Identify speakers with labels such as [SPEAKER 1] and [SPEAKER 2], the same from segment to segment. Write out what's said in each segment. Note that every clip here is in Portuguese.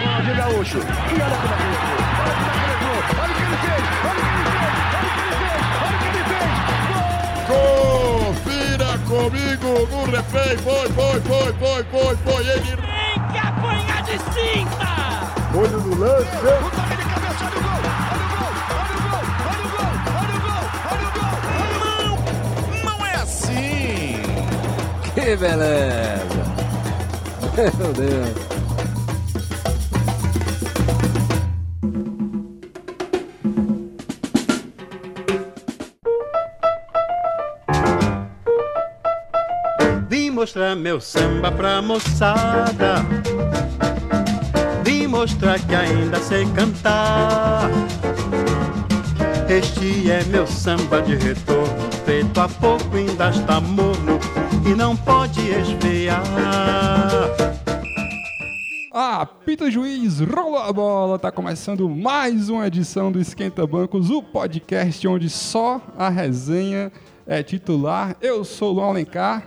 [SPEAKER 1] Gaúcho. E olha como é que ele entrou. Olha como é que ele entrou. Olha o que ele fez. Olha o que ele fez. Olha o que ele fez. Olha o que ele fez.
[SPEAKER 2] Confira comigo no replay. Foi, foi, foi, foi, foi, foi. Ele
[SPEAKER 3] Tem que apanhar de cinta!
[SPEAKER 2] Olho no lance.
[SPEAKER 1] O toque de cabeça. Olha o gol. Olha o gol. Olha o gol. Olha o gol. Olha o gol. Olha o gol. Olha o gol.
[SPEAKER 4] Não é assim!
[SPEAKER 5] Que beleza! Meu Deus!
[SPEAKER 6] Vim mostrar meu samba pra moçada. Vim mostrar que ainda sei cantar. Este é meu samba de retorno, feito há pouco, ainda está morno e não pode esfriar.
[SPEAKER 7] Apita o Ah, juiz, rolou a bola, tá começando mais uma edição do Esquenta Bancos, o podcast onde só a resenha é titular. Eu sou o Luan Alencar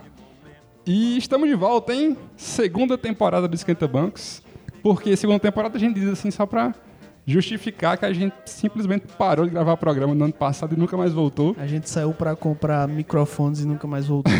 [SPEAKER 7] e estamos de volta em segunda temporada do Esquenta Bancos, porque segunda temporada a gente diz assim só pra justificar que a gente simplesmente parou de gravar programa no ano passado e nunca mais voltou.
[SPEAKER 8] A gente saiu pra comprar microfones e nunca mais voltou.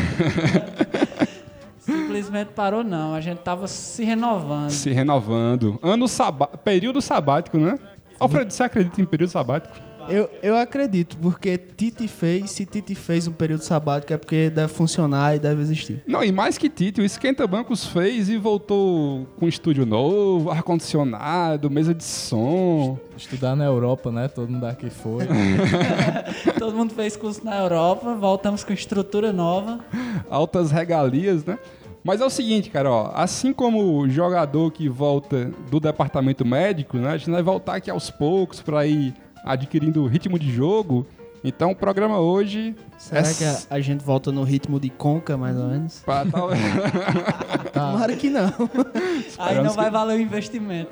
[SPEAKER 3] Simplesmente parou, não. A gente tava se renovando.
[SPEAKER 7] Se renovando. Ano sabá período sabático, né? Alfredo, você acredita em período sabático?
[SPEAKER 8] eu, eu acredito, porque Titi fez, se Titi fez um período sabático é porque deve funcionar e deve existir.
[SPEAKER 7] Não, e mais que Tite, o Esquenta Bancos fez e voltou com um estúdio novo, ar-condicionado, mesa de som.
[SPEAKER 9] Estudar na Europa, né? Todo mundo aqui foi.
[SPEAKER 3] Todo mundo fez curso na Europa, voltamos com estrutura nova.
[SPEAKER 7] altas regalias, né? Mas é o seguinte, cara, ó, assim como o jogador que volta do departamento médico, né, a gente vai voltar aqui aos poucos pra ir adquirindo ritmo de jogo. Então o programa hoje
[SPEAKER 8] Será
[SPEAKER 7] é
[SPEAKER 8] que a, a gente volta no ritmo de conca, mais ou menos?
[SPEAKER 7] pra tal- Tá.
[SPEAKER 8] Tomara que não.
[SPEAKER 3] Aí não vai valer o investimento.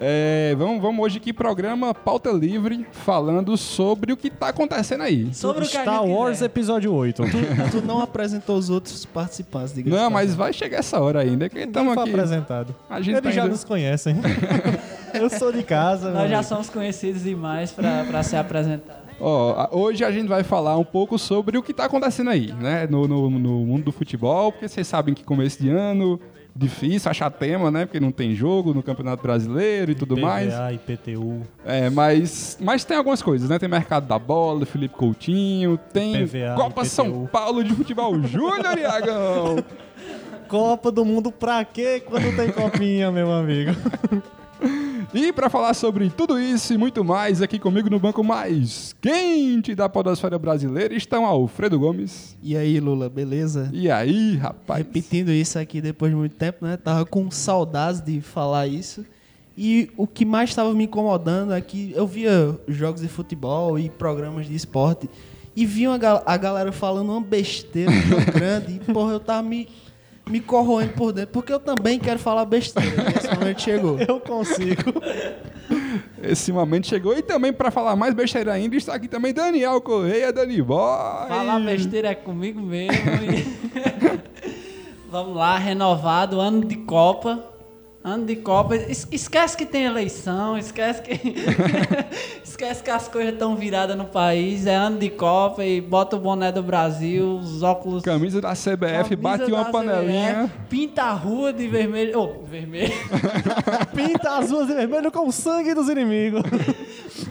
[SPEAKER 7] É, vamos, vamos hoje aqui programa pauta livre falando sobre o que tá acontecendo aí.
[SPEAKER 3] Sobre o que a
[SPEAKER 9] Star
[SPEAKER 3] gente
[SPEAKER 9] Wars é
[SPEAKER 3] quiser.
[SPEAKER 9] Episódio 8.
[SPEAKER 8] tu não apresentou os outros participantes, diga
[SPEAKER 7] Não, mas vai chegar essa hora ainda que estamos
[SPEAKER 9] Foi
[SPEAKER 7] aqui.
[SPEAKER 9] apresentado.
[SPEAKER 7] A gente
[SPEAKER 9] Eles
[SPEAKER 7] tá
[SPEAKER 9] já
[SPEAKER 7] indo-
[SPEAKER 9] nos conhecem. Eu sou de casa.
[SPEAKER 3] Nós já somos conhecidos demais pra, pra se apresentar.
[SPEAKER 7] Ó, a- hoje a gente vai falar um pouco sobre o que tá acontecendo aí, né? No, no, no mundo do futebol, porque vocês sabem que começo de ano, difícil achar tema, né? Porque não tem jogo no Campeonato Brasileiro e tudo mais.
[SPEAKER 9] PVA, IPTU,
[SPEAKER 7] É, mas, mas tem algumas coisas, né? Tem Mercado da Bola, Felipe Coutinho, tem
[SPEAKER 9] PVA,
[SPEAKER 7] Copa
[SPEAKER 9] IPTU.
[SPEAKER 7] São Paulo de Futebol Júnior, Iagão!
[SPEAKER 9] Copa do Mundo pra quê quando tem copinha, meu amigo?
[SPEAKER 7] E pra falar sobre tudo isso e muito mais, aqui comigo no banco mais quente da podosfera brasileira estão Alfredo Gomes.
[SPEAKER 8] E aí, Lula, beleza?
[SPEAKER 7] E aí, rapaz?
[SPEAKER 8] Repetindo isso aqui depois de muito tempo, né? Tava com saudades de falar isso. E o que mais estava me incomodando é que eu via jogos de futebol e programas de esporte e via uma gal- a galera falando uma besteira tão grande e, porra, eu tava me, me corroendo por dentro, porque eu também quero falar besteira. E esse momento chegou.
[SPEAKER 9] Eu consigo.
[SPEAKER 7] Esse momento chegou. E também, pra falar mais besteira ainda, está aqui também Daniel Correia, Dani Boy.
[SPEAKER 3] Falar besteira é comigo mesmo. e- Vamos lá, renovado, ano de Copa. Ano de Copa. Es- Esquece que tem eleição, esquece que. esquece que as coisas estão viradas no país. É ano de Copa e bota o boné do Brasil, os óculos.
[SPEAKER 7] Camisa da
[SPEAKER 3] camisa
[SPEAKER 7] CBF, bate uma
[SPEAKER 3] da
[SPEAKER 7] panelinha.
[SPEAKER 3] CBF, pinta a rua de vermelho. Ô, vermelho.
[SPEAKER 9] Pinta as ruas de vermelho com o sangue dos inimigos.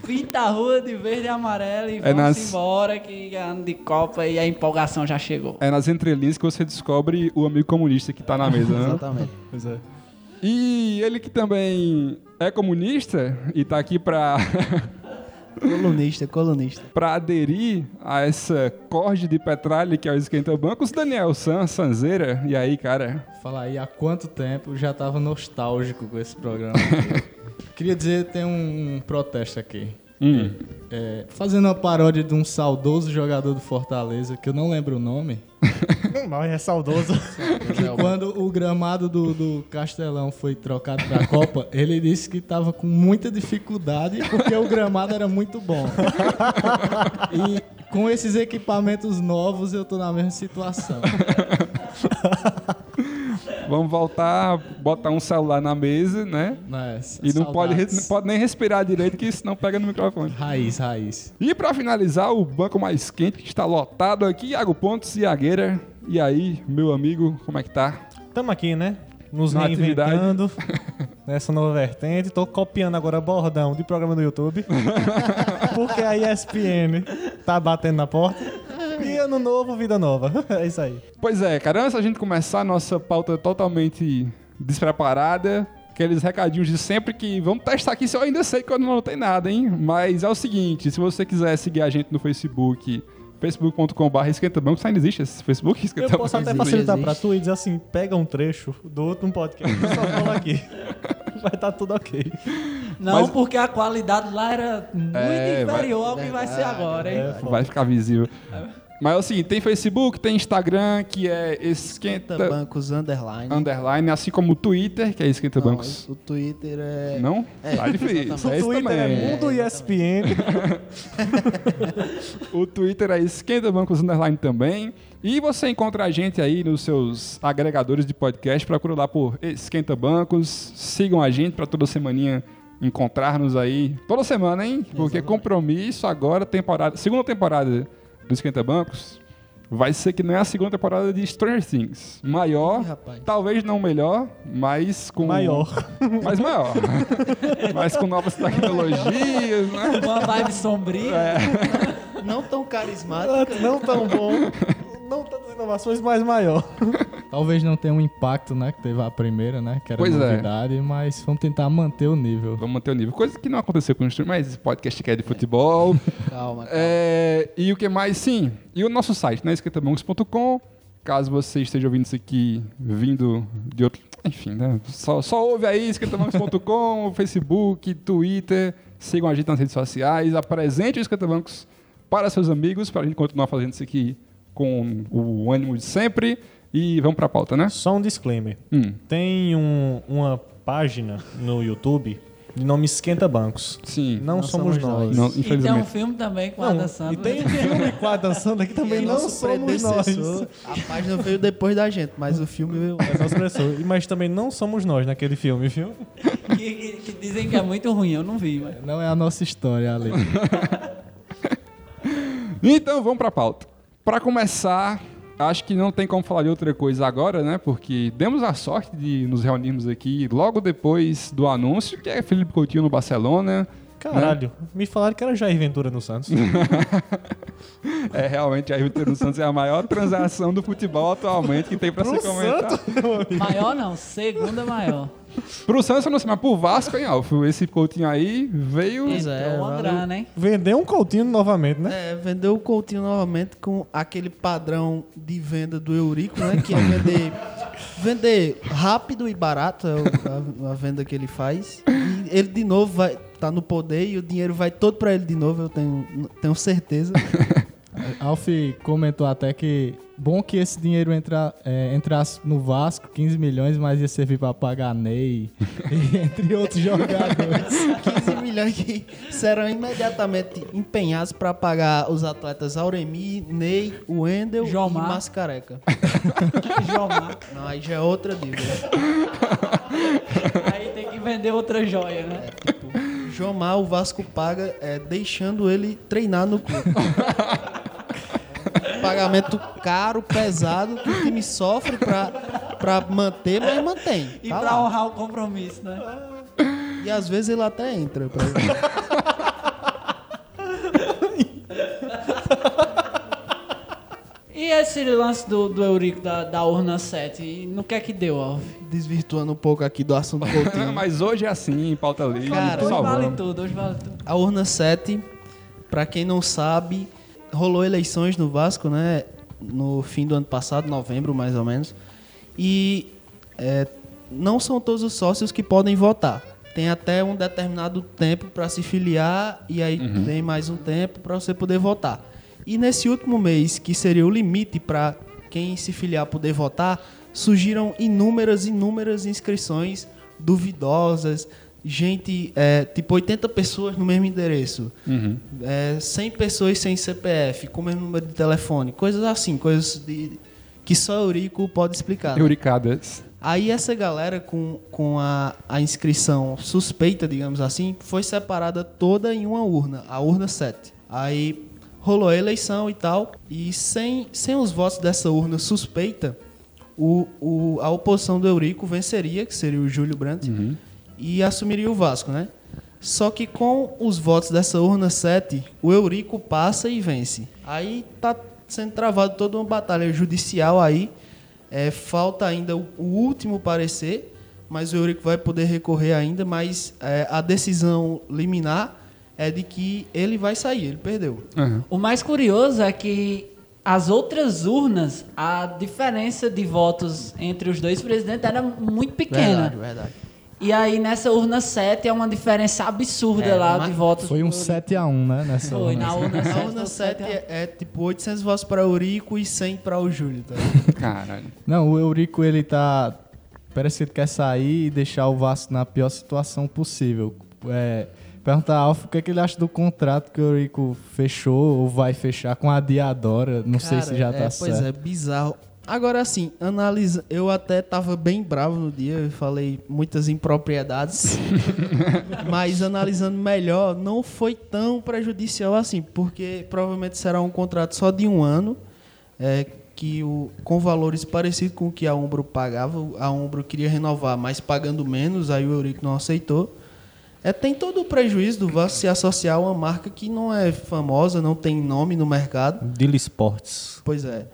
[SPEAKER 3] Pinta a rua de verde e amarelo e
[SPEAKER 7] É
[SPEAKER 3] vamos
[SPEAKER 7] nas-
[SPEAKER 3] embora que é ano de Copa e a empolgação já chegou.
[SPEAKER 7] É nas entrelinhas que você descobre o amigo comunista que tá na mesa, né?
[SPEAKER 8] Exatamente.
[SPEAKER 9] Pois é.
[SPEAKER 7] E ele que também é comunista e tá aqui pra,
[SPEAKER 8] Colunista, colunista.
[SPEAKER 7] pra aderir a essa corda de petralha que é o Esquenta Bancos, Daniel San, Sanzeira. E aí, cara?
[SPEAKER 9] Falar aí há quanto tempo eu já tava nostálgico com esse programa. Queria dizer, tem um protesto aqui.
[SPEAKER 7] Hum.
[SPEAKER 9] É, fazendo uma paródia de um saudoso jogador do Fortaleza, que eu não lembro o nome.
[SPEAKER 4] Mas é saudoso.
[SPEAKER 9] que quando é o gramado do, do Castelão foi trocado pra Copa, ele disse que tava com muita dificuldade porque o gramado era muito bom. E com esses equipamentos novos eu tô na mesma situação.
[SPEAKER 7] Vamos voltar, botar um celular na mesa, né?
[SPEAKER 9] Mas,
[SPEAKER 7] E não pode, re-
[SPEAKER 9] é saudades.
[SPEAKER 7] não pode nem respirar direito, que senão pega no microfone.
[SPEAKER 9] Raiz, raiz.
[SPEAKER 7] E pra finalizar, o banco mais quente que está lotado aqui, Iago Pontes e Iagueira. E aí, meu amigo, como é que tá?
[SPEAKER 4] Tamo aqui, né? Nos
[SPEAKER 7] Na
[SPEAKER 4] reinventando nessa nova vertente. Tô copiando agora bordão de programa do YouTube. porque a ESPN tá batendo na porta. E ano novo, vida nova. É isso aí.
[SPEAKER 7] Pois é, cara, antes da gente começar a nossa pauta totalmente despreparada, aqueles recadinhos de sempre que vamos testar aqui se eu ainda sei que eu não tem nada, hein? Mas é o seguinte, se você quiser seguir a gente no Facebook, facebook.com.br esquentabanco, você ainda existe esse Facebook?
[SPEAKER 4] Eu
[SPEAKER 7] Esquentabanco?
[SPEAKER 4] posso até
[SPEAKER 7] Existe.
[SPEAKER 4] facilitar pra tu e dizer assim: pega um trecho do outro podcast. Só fala aqui. Vai tá tudo ok.
[SPEAKER 3] Não,
[SPEAKER 7] Mas-
[SPEAKER 3] porque a qualidade lá era muito
[SPEAKER 7] É, vai- É.
[SPEAKER 3] inferior ao que vai ser agora, hein?
[SPEAKER 7] Vai ficar visível. Mas é o seguinte, tem Facebook, tem Instagram, que é
[SPEAKER 8] Esquenta
[SPEAKER 7] esquenta...
[SPEAKER 8] Bancos Underline.
[SPEAKER 7] Underline, assim como o Twitter, que é Esquenta
[SPEAKER 8] Não,
[SPEAKER 7] Bancos.
[SPEAKER 8] O Twitter é.
[SPEAKER 7] Não? tá difícil.
[SPEAKER 4] O
[SPEAKER 7] É esse
[SPEAKER 4] Twitter
[SPEAKER 7] também.
[SPEAKER 4] é Mundo ESPN.
[SPEAKER 7] O Twitter é Esquenta Bancos Underline também. E você encontra a gente aí nos seus agregadores de podcast. Procura lá por Esquenta Bancos. Sigam a gente para toda semaninha encontrar-nos aí. Toda semana, hein? Porque compromisso agora, temporada, segunda temporada do Esquenta Bancos. Vai ser que não é a segunda temporada de Stranger Things. Maior,
[SPEAKER 8] rapaz.
[SPEAKER 7] talvez não melhor, mas com.
[SPEAKER 4] Maior.
[SPEAKER 7] Mas maior. mas com novas tecnologias, né?
[SPEAKER 3] Uma vibe sombria.
[SPEAKER 8] Não tão carismático.
[SPEAKER 4] Não tão bom. Não tantas inovações, mas maior.
[SPEAKER 9] Talvez não tenha um impacto, né? Que teve a primeira, né? Que era
[SPEAKER 7] Pois é.
[SPEAKER 9] novidade, mas vamos tentar manter o nível.
[SPEAKER 7] Vamos manter o nível. Coisa que não aconteceu com o stream, mas esse podcast que é de futebol.
[SPEAKER 8] Calma, calma.
[SPEAKER 7] É, e o que mais? Sim. E o nosso site, né? esquentabangos.com. Caso você esteja ouvindo isso aqui vindo de outro. Enfim, né? Só, só ouve aí, esquentabangos.com, Facebook, Twitter. Sigam a gente nas redes sociais. Apresente o Esquentabancos para seus amigos, para a gente continuar fazendo isso aqui com o ânimo de sempre. E vamos pra pauta, né?
[SPEAKER 4] Só um disclaimer.
[SPEAKER 7] Hum.
[SPEAKER 4] Tem um- uma página no YouTube de nome Esquenta Bancos.
[SPEAKER 7] Sim.
[SPEAKER 4] Não, somos, nós.
[SPEAKER 7] Não,
[SPEAKER 3] E tem um
[SPEAKER 7] infelizmente.
[SPEAKER 3] filme também com a
[SPEAKER 4] Não,
[SPEAKER 3] Adam Sandler.
[SPEAKER 4] e tem um filme com a dançando aqui também, não somos nós.
[SPEAKER 8] é predecessor, A página veio depois da gente, mas o filme veio.
[SPEAKER 4] É nosso professor. E- Mas também não somos nós naquele filme, viu?
[SPEAKER 3] que, que- que dizem que é muito ruim, eu não vi, mas.
[SPEAKER 9] Não é a nossa história, Ale.
[SPEAKER 7] Então vamos pra pauta. Pra começar, acho que não tem como falar de outra coisa agora, né? Porque demos a sorte de nos reunirmos aqui logo depois do anúncio, que é Felipe Coutinho no Barcelona.
[SPEAKER 4] Caralho,
[SPEAKER 9] Né?
[SPEAKER 4] me falaram que era Jair Ventura no Santos.
[SPEAKER 7] É realmente a Inter do Santos é a maior transação do futebol atualmente que tem pra se comentar.
[SPEAKER 3] Maior não, segunda maior.
[SPEAKER 7] Pro Santos eu não sei, mas pro Vasco, hein, Alfio? Esse Coutinho aí veio.
[SPEAKER 3] Entrou
[SPEAKER 8] é,
[SPEAKER 3] uma
[SPEAKER 8] valeu.
[SPEAKER 3] grana, hein?
[SPEAKER 4] Vendeu um Coutinho novamente, né?
[SPEAKER 8] É, vendeu o Coutinho novamente com aquele padrão de venda do Eurico, né? Que é vender, vender rápido e barato é o- a, a venda que ele faz. E ele de novo vai tá no poder e o dinheiro vai todo pra ele de novo, eu tenho, tenho certeza.
[SPEAKER 9] Alf comentou até que bom que esse dinheiro entra, é, entrasse no Vasco, 15 milhões, mas ia servir pra pagar Ney, e entre outros jogadores.
[SPEAKER 8] 15 milhões que serão imediatamente empenhados pra pagar os atletas Auremi, Ney, Wendel
[SPEAKER 3] Jomar.
[SPEAKER 8] e Mascareca.
[SPEAKER 3] Jomar.
[SPEAKER 8] Não, aí já é outra dívida.
[SPEAKER 3] Aí tem que vender outra joia, né?
[SPEAKER 8] É, Jomar, Tipo, o Vasco paga é, deixando ele treinar no clube. Pagamento caro, pesado, que o time sofre pra, pra manter, mas mantém.
[SPEAKER 3] E
[SPEAKER 8] Tá
[SPEAKER 3] pra
[SPEAKER 8] lá.
[SPEAKER 3] honrar o compromisso, né?
[SPEAKER 8] E às vezes ele até entra. pra-
[SPEAKER 3] E esse lance do, do Eurico da, da urna 7, e no que é que deu, Alf?
[SPEAKER 8] Desvirtuando um pouco aqui do assunto do Coutinho.
[SPEAKER 7] Mas hoje é assim, pauta livre.
[SPEAKER 8] Cara,
[SPEAKER 7] só
[SPEAKER 3] hoje vale
[SPEAKER 7] vamos.
[SPEAKER 3] tudo, hoje vale tudo.
[SPEAKER 8] A urna 7, pra quem não sabe, rolou eleições no Vasco, né? No fim do ano passado, novembro mais ou menos. E é, não são todos os sócios que podem votar. Tem até um determinado tempo pra se filiar e aí tem mais um tempo pra você poder votar. E nesse último mês, que seria o limite pra quem se filiar poder votar, surgiram inúmeras, inúmeras inscrições duvidosas, gente, é, tipo 80 pessoas no mesmo endereço, é, 100 pessoas sem CPF, com o mesmo número de telefone, coisas assim, coisas de, que só Eurico pode explicar. né?
[SPEAKER 7] Euricadas.
[SPEAKER 8] Aí essa galera com, com a, a inscrição suspeita, digamos assim, foi separada toda em uma urna, a urna 7. Aí rolou a eleição e tal, e sem, sem os votos dessa urna suspeita, o, o, a oposição do Eurico venceria, que seria o Júlio Brandt, e assumiria o Vasco, né? Só que com os votos dessa urna 7, o Eurico passa e vence. Aí tá sendo travado toda uma batalha judicial aí. É, falta ainda o, o último parecer, mas o Eurico vai poder recorrer ainda, mas é, a decisão liminar é de que ele vai sair, ele perdeu.
[SPEAKER 7] Aham.
[SPEAKER 3] O mais curioso é que as outras urnas, a diferença de votos entre os dois presidentes era muito pequena.
[SPEAKER 8] verdade.
[SPEAKER 3] E aí nessa urna 7 é uma diferença absurda
[SPEAKER 8] É,
[SPEAKER 3] lá
[SPEAKER 8] mas
[SPEAKER 3] de votos.
[SPEAKER 9] Foi um 7x1, né? Nessa
[SPEAKER 3] Foi, na urna tá 7.
[SPEAKER 8] A urna 7 é, é, tipo 800 votos para o Eurico e 100 para o Júlio. Tá?
[SPEAKER 7] Caralho.
[SPEAKER 9] Não, o Eurico, ele tá. Parece que ele quer sair e deixar o Vasco na pior situação possível. É, perguntar a Alf o que, é que ele acha do contrato que o Eurico fechou ou vai fechar com a Diadora. Não sei se
[SPEAKER 8] Cara,
[SPEAKER 9] já
[SPEAKER 8] é,
[SPEAKER 9] tá certo.
[SPEAKER 8] Pois é, bizarro. Agora, assim, analisa. Eu até tava bem bravo no dia, eu falei muitas impropriedades. mas analisando melhor, não foi tão prejudicial assim, porque provavelmente será um contrato só de um ano, é, que o, com valores parecidos com o que a Umbro pagava. A Umbro queria renovar, mas pagando menos, aí o Eurico não aceitou. É, tem todo o prejuízo do Vasco se associar a uma marca que não é famosa, não tem nome no mercado.
[SPEAKER 4] Dili Sports.
[SPEAKER 8] Pois é.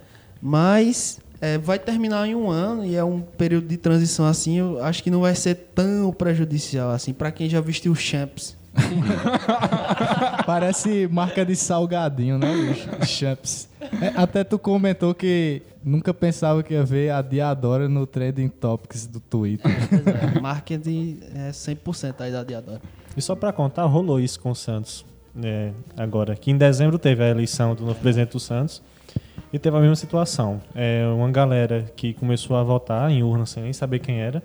[SPEAKER 8] Mas é, vai terminar em um ano e é um período de transição assim. Eu acho que não vai ser tão prejudicial assim para quem já vestiu champs.
[SPEAKER 9] Parece marca de salgadinho, né, bicho? Champs. É, até tu comentou que nunca pensava que ia ver a Diadora no Trending Topics do Twitter.
[SPEAKER 8] Pois é, marketing é 100% aí da Diadora.
[SPEAKER 4] E só pra contar, rolou isso com o Santos. né, agora, que em dezembro teve a eleição do novo presidente do Santos e teve a mesma situação. É, uma galera que começou a votar em urna sem nem saber quem era,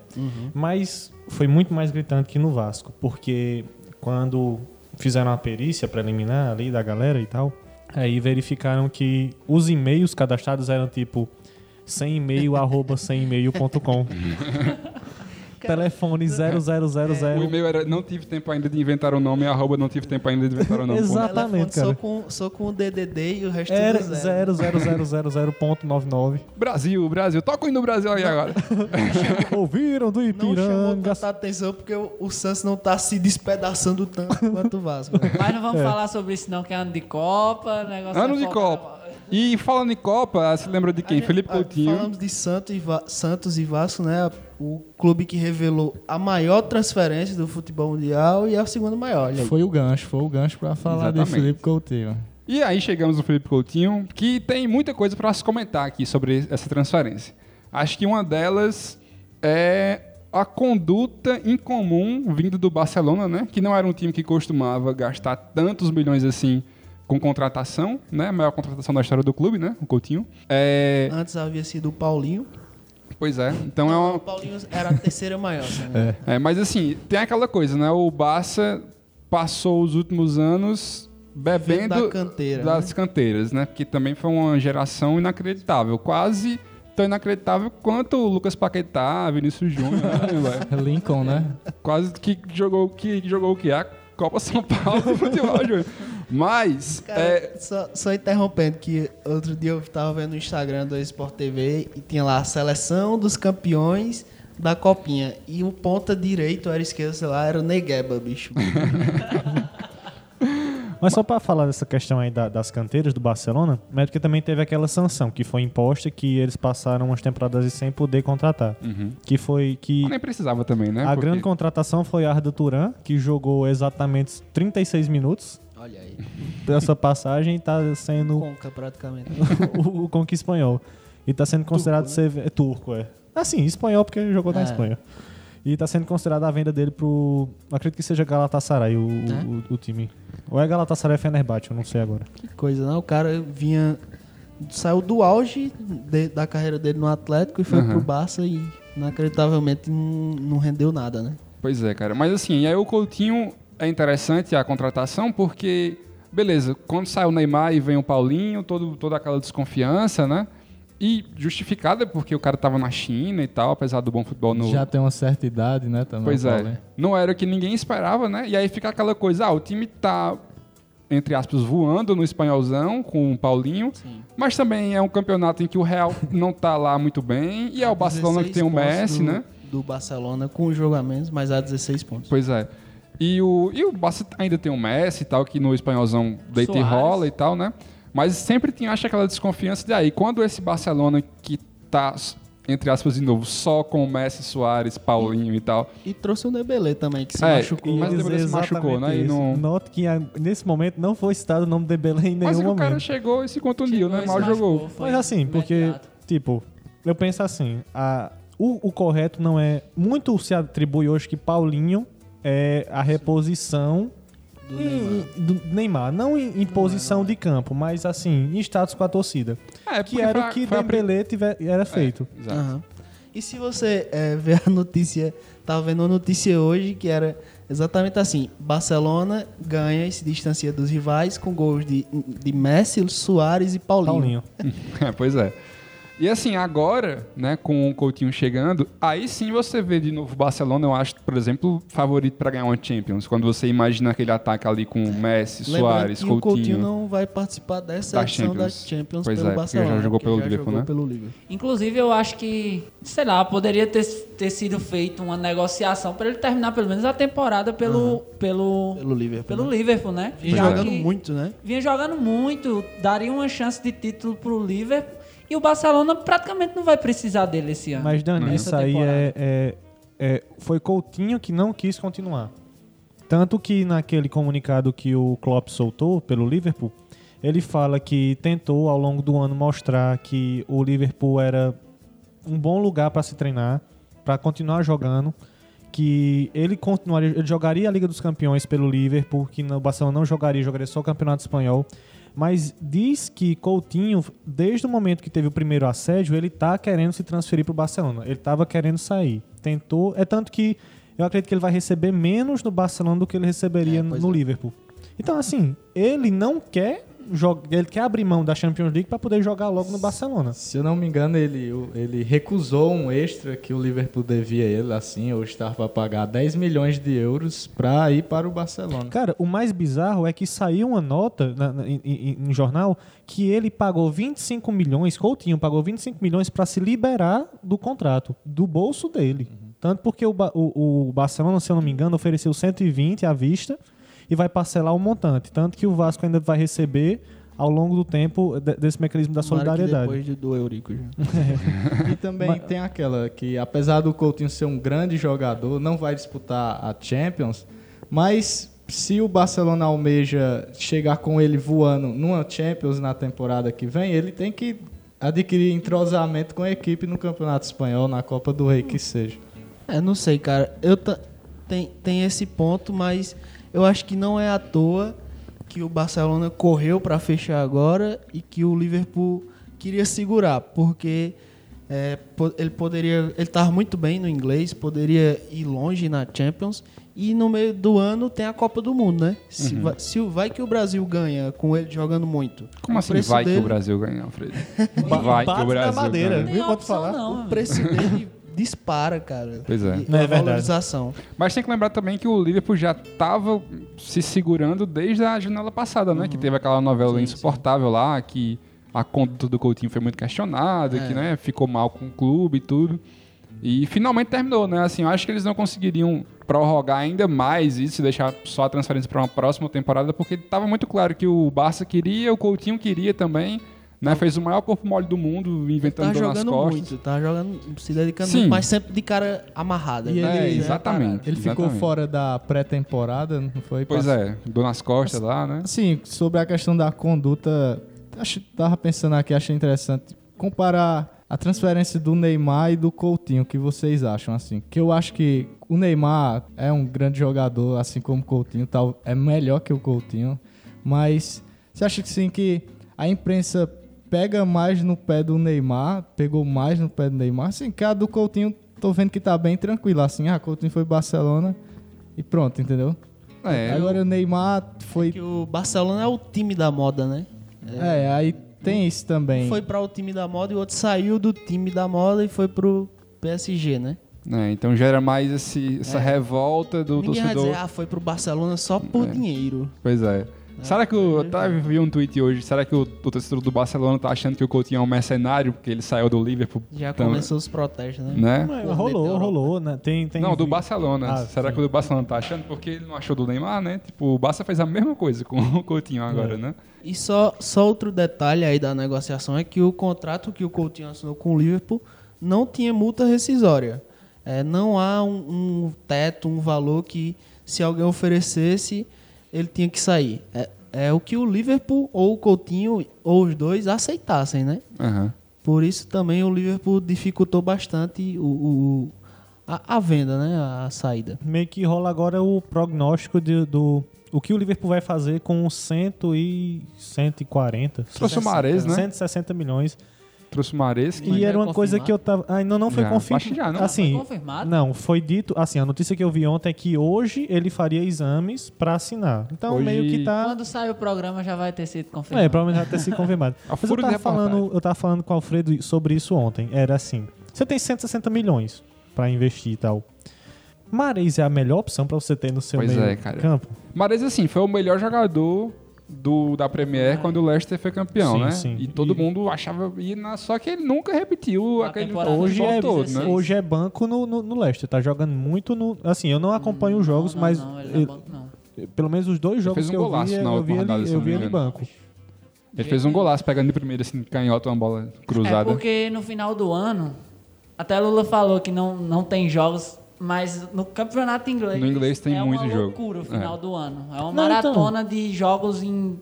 [SPEAKER 4] mas foi muito mais gritante que no Vasco, porque quando fizeram a perícia preliminar ali da galera e tal, aí verificaram que os e-mails cadastrados eram tipo sem e-mail arroba sem e-mail.com. Telefone 0000
[SPEAKER 7] O e-mail era não tive tempo ainda de inventar o nome, arroba não tive tempo ainda de inventar o nome.
[SPEAKER 4] Exato.
[SPEAKER 8] Telefone
[SPEAKER 4] Exatamente,
[SPEAKER 8] Só
[SPEAKER 4] cara.
[SPEAKER 8] com, só com o DDD e o resto
[SPEAKER 4] Era
[SPEAKER 8] tudo
[SPEAKER 4] 00000.99.
[SPEAKER 7] Brasil, Brasil. Toca o hino do Brasil aí agora.
[SPEAKER 4] Ouviram do
[SPEAKER 8] Não chamou
[SPEAKER 4] Ipiranga.
[SPEAKER 8] tanta atenção porque o, o Santos não tá se despedaçando tanto quanto o Vasco. né?
[SPEAKER 3] Mas não vamos falar sobre isso não, que é ano de Copa, negócio
[SPEAKER 7] Ano
[SPEAKER 3] é
[SPEAKER 7] de
[SPEAKER 3] focar-
[SPEAKER 7] Copa. E falando em Copa, se lembra de quem? Felipe
[SPEAKER 8] Ah,
[SPEAKER 7] Coutinho.
[SPEAKER 8] Falamos de Santos e, Va- Santos e Vasco, né? O clube que revelou a maior transferência do futebol mundial e é o segundo maior. Olha aí.
[SPEAKER 9] Foi o gancho, foi o gancho pra falar de
[SPEAKER 7] Exatamente.
[SPEAKER 9] Felipe Coutinho.
[SPEAKER 7] E aí chegamos no Felipe Coutinho, que tem muita coisa para se comentar aqui sobre essa transferência. Acho que uma delas é a conduta incomum vindo do Barcelona, né? Que não era um time que costumava gastar tantos milhões assim com contratação, né? A maior contratação da história do clube, né? O Coutinho. É,
[SPEAKER 8] Antes havia sido o Paulinho.
[SPEAKER 7] pois é. Então é
[SPEAKER 8] O
[SPEAKER 7] uma
[SPEAKER 8] Paulinho era a terceira maior. Né?
[SPEAKER 7] É, mas assim, tem aquela coisa, né? O Barça passou os últimos anos bebendo
[SPEAKER 8] Vindo da canteira,
[SPEAKER 7] das canteiras, né? Porque também foi uma geração inacreditável, quase tão inacreditável quanto o Lucas Paquetá, Vinícius Júnior, né, velho?
[SPEAKER 9] Lincoln, né?
[SPEAKER 7] quase que jogou que jogou o que a Copa São Paulo de futebol, Júnior. Mas
[SPEAKER 8] Cara,
[SPEAKER 7] é,
[SPEAKER 8] só, só interrompendo, que outro dia eu tava vendo o Instagram do Sport TV e tinha lá a seleção dos campeões da copinha. E o ponta direito, ou era esquerda, sei lá, era o Negueba, bicho.
[SPEAKER 4] Mas só pra falar dessa questão aí da- das canteiras do Barcelona, mas porque também teve aquela sanção que foi imposta que eles passaram umas temporadas sem poder contratar. Que foi que
[SPEAKER 7] Ah, nem precisava também, né?
[SPEAKER 4] a
[SPEAKER 7] Porque-
[SPEAKER 4] grande contratação foi a Arda Turan, que jogou exatamente 36 minutos
[SPEAKER 8] Olha aí.
[SPEAKER 4] dessa passagem e tá sendo
[SPEAKER 8] Conca, praticamente.
[SPEAKER 4] o, o conque espanhol. E tá sendo considerado
[SPEAKER 7] né?
[SPEAKER 4] ser. É turco, é. Assim, espanhol, porque jogou na
[SPEAKER 8] É.
[SPEAKER 4] Espanha. E tá sendo considerada a venda dele pro. Acredito que seja Galatasaray, o, o- o, time. Ou é Galatasaray ou Fenerbahçe, eu não sei agora.
[SPEAKER 8] coisa, não. O cara vinha. Saiu do auge de- da carreira dele no Atlético e foi pro Barça e inacreditavelmente não, não rendeu nada, né?
[SPEAKER 7] Pois é, cara. Mas assim, aí o Coutinho é interessante a contratação porque, beleza, quando sai o Neymar e vem o Paulinho, todo, toda aquela desconfiança, né? E justificada porque o cara tava na China e tal, apesar do bom futebol no.
[SPEAKER 9] Já tem uma certa idade, né? Também,
[SPEAKER 7] pois é.
[SPEAKER 9] Paulo, hein?
[SPEAKER 7] Não era o que ninguém esperava, né? E aí fica aquela coisa, ah, o time tá, entre aspas, voando no espanholzão com o Paulinho, mas também é um campeonato em que o Real não tá lá muito bem, e é o Barcelona que tem o
[SPEAKER 8] 16 pontos
[SPEAKER 7] Messi,
[SPEAKER 8] do,
[SPEAKER 7] né?
[SPEAKER 8] Do Barcelona com um jogo a menos, mas há 16 pontos.
[SPEAKER 7] Pois é. E o, e o Barça ainda tem o Messi e tal, que no espanholzão deita e
[SPEAKER 3] Soares.
[SPEAKER 7] rola e tal, né? Mas sempre tinha, acha aquela desconfiança de aí. Quando esse Barcelona que tá, entre aspas, de novo, só com o Messi, Soares, Paulinho e tal.
[SPEAKER 8] E trouxe o Debelé também, que se
[SPEAKER 7] É,
[SPEAKER 8] machucou.
[SPEAKER 7] Mas o
[SPEAKER 4] Dizer
[SPEAKER 7] Dembélé se machucou,
[SPEAKER 4] exatamente
[SPEAKER 7] né? E
[SPEAKER 4] isso.
[SPEAKER 7] não-
[SPEAKER 4] Note que ah, nesse momento não foi citado o nome de Belém em nenhum
[SPEAKER 7] Mas o
[SPEAKER 4] momento.
[SPEAKER 7] cara chegou e se contundiu, né? Mal
[SPEAKER 3] Machucou,
[SPEAKER 7] jogou.
[SPEAKER 3] Tipo, foi
[SPEAKER 4] Mas assim, porque,
[SPEAKER 3] imediato.
[SPEAKER 4] tipo, eu penso assim, a, o, o correto não é. Muito se atribui hoje que Paulinho é a reposição do, Neymar. do Neymar. Não em, em posição de campo, mas assim, em status com a torcida.
[SPEAKER 7] É,
[SPEAKER 4] Que
[SPEAKER 7] porque
[SPEAKER 4] era
[SPEAKER 7] foi a-
[SPEAKER 4] o que
[SPEAKER 7] foi a É. pri-
[SPEAKER 4] Dembélé tiver, era feito.
[SPEAKER 7] Exato.
[SPEAKER 8] Aham. E se você é, ver a notícia, tava vendo uma notícia hoje que era exatamente assim: Barcelona ganha e se distancia dos rivais com gols de, de Messi, Soares e Paulinho.
[SPEAKER 4] Paulinho.
[SPEAKER 7] É, pois é. E assim, agora, né, com o Coutinho chegando, aí sim você vê de novo o Barcelona, eu acho, por exemplo, favorito pra ganhar uma Champions. Quando você imagina aquele ataque ali com o Messi,
[SPEAKER 8] Lembrando
[SPEAKER 7] Soares,
[SPEAKER 8] É, que
[SPEAKER 7] Coutinho.
[SPEAKER 8] o Coutinho não vai participar dessa
[SPEAKER 7] Da
[SPEAKER 8] edição da
[SPEAKER 7] Champions.
[SPEAKER 8] Champions
[SPEAKER 7] Pois
[SPEAKER 8] pelo
[SPEAKER 7] é, porque
[SPEAKER 8] Barcelona.
[SPEAKER 7] já jogou
[SPEAKER 8] que
[SPEAKER 7] pelo Liverpool,
[SPEAKER 8] jogou
[SPEAKER 7] né?
[SPEAKER 8] pelo Liverpool.
[SPEAKER 3] Inclusive, eu acho que, sei lá, poderia ter, ter sido feita uma negociação para ele terminar pelo menos a temporada pelo, pelo,
[SPEAKER 8] Pelo Liverpool,
[SPEAKER 3] pelo
[SPEAKER 8] né?
[SPEAKER 3] Liverpool, né?
[SPEAKER 8] Vem
[SPEAKER 7] é.
[SPEAKER 3] Já
[SPEAKER 8] jogando
[SPEAKER 3] que
[SPEAKER 8] muito, né?
[SPEAKER 3] Vinha jogando muito, daria uma chance de título pro Liverpool. E o Barcelona praticamente não vai precisar dele esse ano.
[SPEAKER 4] Mas, Dani,
[SPEAKER 3] Nessa
[SPEAKER 4] isso aí
[SPEAKER 3] temporada.
[SPEAKER 4] é, é- é- Foi Coutinho que não quis continuar. Tanto que naquele comunicado que o Klopp soltou pelo Liverpool, ele fala que tentou ao longo do ano mostrar que o Liverpool era um bom lugar para se treinar, para continuar jogando, que ele continuaria, ele jogaria a Liga dos Campeões pelo Liverpool, que no Barcelona não jogaria, jogaria só o Campeonato Espanhol. Mas diz que Coutinho, desde o momento que teve o primeiro assédio, ele tá querendo se transferir pro Barcelona. Ele tava querendo sair. Tentou, é tanto que eu acredito que ele vai receber menos no Barcelona do que ele receberia no Liverpool. Então assim, ele não quer jogar, ele quer abrir mão da Champions League para poder jogar logo no Barcelona.
[SPEAKER 9] Se eu não me engano, ele, o- ele recusou um extra que o Liverpool devia a ele, assim, ou estava a pagar 10 milhões de euros para ir para o Barcelona.
[SPEAKER 4] Cara, o mais bizarro é que saiu uma nota na- na- em, em- em jornal que ele pagou 25 milhões, Coutinho pagou 25 milhões para se liberar do contrato, do bolso dele.
[SPEAKER 7] Uhum.
[SPEAKER 4] Tanto porque o, Ba- o- o Barcelona, se eu não me engano, ofereceu 120 à vista e vai parcelar o montante. Tanto que o Vasco ainda vai receber ao longo do tempo de- desse mecanismo da
[SPEAKER 8] Tomara que
[SPEAKER 4] solidariedade.
[SPEAKER 8] Depois do, do Eurico. já.
[SPEAKER 9] E também tem aquela que, apesar do Coutinho ser um grande jogador, não vai disputar a Champions, mas se o Barcelona almeja chegar com ele voando numa Champions na temporada que vem, ele tem que adquirir entrosamento com a equipe no Campeonato Espanhol, na Copa do Rei, que seja.
[SPEAKER 8] É, não sei, cara. Eu ta- tem, tem esse ponto, mas eu acho que não é à toa que o Barcelona correu para fechar agora e que o Liverpool queria segurar, porque é, po- ele poderia, ele estava muito bem no inglês, poderia ir longe na Champions e no meio do ano tem a Copa do Mundo, né? Se,
[SPEAKER 7] Uhum.
[SPEAKER 8] vai, se o- vai que o Brasil ganha com ele jogando muito.
[SPEAKER 7] Como
[SPEAKER 8] O
[SPEAKER 7] assim
[SPEAKER 8] preço
[SPEAKER 7] vai que
[SPEAKER 8] dele-
[SPEAKER 7] o Brasil ganha, Alfredo?
[SPEAKER 4] Ba-
[SPEAKER 7] Vai que
[SPEAKER 4] bate
[SPEAKER 7] o Brasil
[SPEAKER 4] na madeira,
[SPEAKER 7] ganha.
[SPEAKER 3] Não
[SPEAKER 4] viu
[SPEAKER 3] tem
[SPEAKER 4] quanto
[SPEAKER 3] opção,
[SPEAKER 4] falar?
[SPEAKER 3] não.
[SPEAKER 8] O preço dele dispara, cara.
[SPEAKER 7] Pois é.
[SPEAKER 8] E
[SPEAKER 4] Não, é
[SPEAKER 8] a
[SPEAKER 4] verdade.
[SPEAKER 8] valorização.
[SPEAKER 7] Mas tem que lembrar também que o Liverpool já tava se segurando desde a janela passada, né? Que
[SPEAKER 8] Uhum.
[SPEAKER 7] teve aquela novela insuportável lá, que a conduta do Coutinho foi muito questionada,
[SPEAKER 8] É.
[SPEAKER 7] que né, ficou mal com o clube e tudo. E finalmente terminou, né? Assim, eu acho que eles não conseguiriam prorrogar ainda mais isso e deixar só a transferência para uma próxima temporada, porque tava muito claro que o Barça queria, o Coutinho queria também, né? Fez o maior corpo mole do mundo, inventando
[SPEAKER 8] Tá
[SPEAKER 7] dor nas
[SPEAKER 8] jogando
[SPEAKER 7] costas.
[SPEAKER 8] muito, tá jogando, se dedicando
[SPEAKER 7] Sim.
[SPEAKER 8] muito, mas sempre de cara amarrada.
[SPEAKER 9] E
[SPEAKER 8] né?
[SPEAKER 7] É,
[SPEAKER 9] ele-
[SPEAKER 7] exatamente.
[SPEAKER 9] Ele ficou
[SPEAKER 7] exatamente.
[SPEAKER 9] fora da pré-temporada, não foi?
[SPEAKER 7] Pois
[SPEAKER 9] Passou-
[SPEAKER 7] é, dor nas costas lá, né?
[SPEAKER 9] Assim, sobre a questão da conduta, acho, tava pensando aqui, achei interessante comparar a transferência do Neymar e do Coutinho, o que vocês acham assim? Que eu acho que o Neymar é um grande jogador, assim como o Coutinho, tal, é melhor que o Coutinho, mas você acha que sim que a imprensa pega mais no pé do Neymar, pegou mais no pé do Neymar, assim, que a do Coutinho tô vendo que tá bem tranquila, assim, ah, Coutinho foi Barcelona e pronto, entendeu?
[SPEAKER 7] É,
[SPEAKER 8] Tá
[SPEAKER 9] Agora o Neymar foi
[SPEAKER 8] Que o Barcelona é o time da moda, né?
[SPEAKER 9] é, aí Tem isso também.
[SPEAKER 8] Foi para o time da moda e o outro saiu do time da moda e foi pro PSG, né?
[SPEAKER 7] É, então gera mais esse- essa revolta do
[SPEAKER 8] É. Ninguém vai
[SPEAKER 7] torcedor.
[SPEAKER 8] dizer, né? ah, foi pro Barcelona só por dinheiro.
[SPEAKER 7] Pois é. Será que o. Eu
[SPEAKER 8] Uhum.
[SPEAKER 7] tava vi um tweet hoje. Será que o, o torcedor do Barcelona tá achando que o Coutinho é um mercenário porque ele saiu do Liverpool?
[SPEAKER 8] Já
[SPEAKER 7] Então,
[SPEAKER 8] começou os protestos, né?
[SPEAKER 7] Né?
[SPEAKER 4] Mas
[SPEAKER 8] Corneta
[SPEAKER 4] rolou,
[SPEAKER 8] Europa.
[SPEAKER 4] rolou, né? Tem, tem
[SPEAKER 7] Não, do
[SPEAKER 4] vi-
[SPEAKER 7] Barcelona.
[SPEAKER 4] Ah,
[SPEAKER 7] Será
[SPEAKER 4] sim.
[SPEAKER 7] que o do Barcelona tá achando? Porque ele não achou do Neymar, né? Tipo, o Barça fez a mesma coisa com o Coutinho
[SPEAKER 4] É.
[SPEAKER 7] agora, né?
[SPEAKER 8] E só, só outro detalhe aí da negociação é que o contrato que o Coutinho assinou com o Liverpool não tinha multa rescisória. É, não há um, um teto, um valor que se alguém oferecesse, ele tinha que sair. É, é o que o Liverpool ou o Coutinho ou os dois aceitassem, né?
[SPEAKER 7] Aham.
[SPEAKER 8] Por isso também o Liverpool dificultou bastante o, o- o- a, a venda, né? A saída.
[SPEAKER 4] Meio que rola agora o prognóstico de- do. O que o Liverpool vai fazer com os 100 e 140?
[SPEAKER 7] Trouxe o Mahrez, né?
[SPEAKER 4] 160 milhões.
[SPEAKER 7] Trouxe o Mares que.
[SPEAKER 4] e
[SPEAKER 9] já
[SPEAKER 4] era
[SPEAKER 9] é
[SPEAKER 4] uma coisa
[SPEAKER 9] confirmado?
[SPEAKER 4] que eu tava. Ainda não foi
[SPEAKER 7] Já, acho
[SPEAKER 4] confirmado.
[SPEAKER 7] que já, não?
[SPEAKER 4] Assim,
[SPEAKER 3] Foi Tá confirmado?
[SPEAKER 4] Não, foi dito. Assim, a notícia que eu vi ontem é que hoje ele faria exames pra assinar. Então
[SPEAKER 7] Hoje-
[SPEAKER 4] meio que tá.
[SPEAKER 3] Quando sai o programa já vai ter sido confirmado.
[SPEAKER 4] É, provavelmente vai ter sido confirmado.
[SPEAKER 7] A
[SPEAKER 4] Mas eu
[SPEAKER 7] furo de
[SPEAKER 4] tava,
[SPEAKER 7] reportagem.
[SPEAKER 4] falando, eu tava falando com o Alfredo sobre isso ontem. Era assim: você tem 160 milhões pra investir e tal. Mares é a melhor opção pra você ter no seu
[SPEAKER 7] Pois
[SPEAKER 4] meio
[SPEAKER 7] é, cara.
[SPEAKER 4] campo.
[SPEAKER 7] Mares, assim, foi o melhor jogador do, da Premier
[SPEAKER 3] Ah.
[SPEAKER 7] quando o Leicester foi campeão,
[SPEAKER 4] Sim,
[SPEAKER 7] né?
[SPEAKER 4] sim.
[SPEAKER 7] E todo
[SPEAKER 4] E-
[SPEAKER 7] mundo achava. E na- só que ele nunca repetiu
[SPEAKER 3] Na
[SPEAKER 7] aquele
[SPEAKER 3] temporada
[SPEAKER 4] Hoje
[SPEAKER 7] futebol
[SPEAKER 4] é,
[SPEAKER 7] todo, né?
[SPEAKER 4] hoje é banco no, no, no Leicester. Tá jogando muito no. Assim, eu não acompanho os jogos,
[SPEAKER 3] não,
[SPEAKER 4] mas.
[SPEAKER 3] Não, ele não é
[SPEAKER 4] ele-
[SPEAKER 3] banco, não.
[SPEAKER 4] pelo menos os dois jogos
[SPEAKER 7] fez um
[SPEAKER 4] que eu
[SPEAKER 7] golaço
[SPEAKER 4] vi,
[SPEAKER 7] na
[SPEAKER 4] eu vi
[SPEAKER 7] última rodada,
[SPEAKER 4] ele,
[SPEAKER 7] se
[SPEAKER 4] eu
[SPEAKER 7] não
[SPEAKER 4] vi
[SPEAKER 7] me
[SPEAKER 4] ele
[SPEAKER 7] engano.
[SPEAKER 4] banco.
[SPEAKER 7] Ele fez um golaço pegando de primeira, assim, canhoto, uma bola
[SPEAKER 3] É
[SPEAKER 7] cruzada.
[SPEAKER 3] porque no final do ano, até Lula falou que não, não tem jogos, mas no campeonato inglês.
[SPEAKER 7] No inglês tem
[SPEAKER 3] é
[SPEAKER 7] muito
[SPEAKER 3] uma
[SPEAKER 7] jogo.
[SPEAKER 3] loucura o final
[SPEAKER 7] É.
[SPEAKER 3] do ano. É uma
[SPEAKER 4] Não, então.
[SPEAKER 3] maratona de jogos em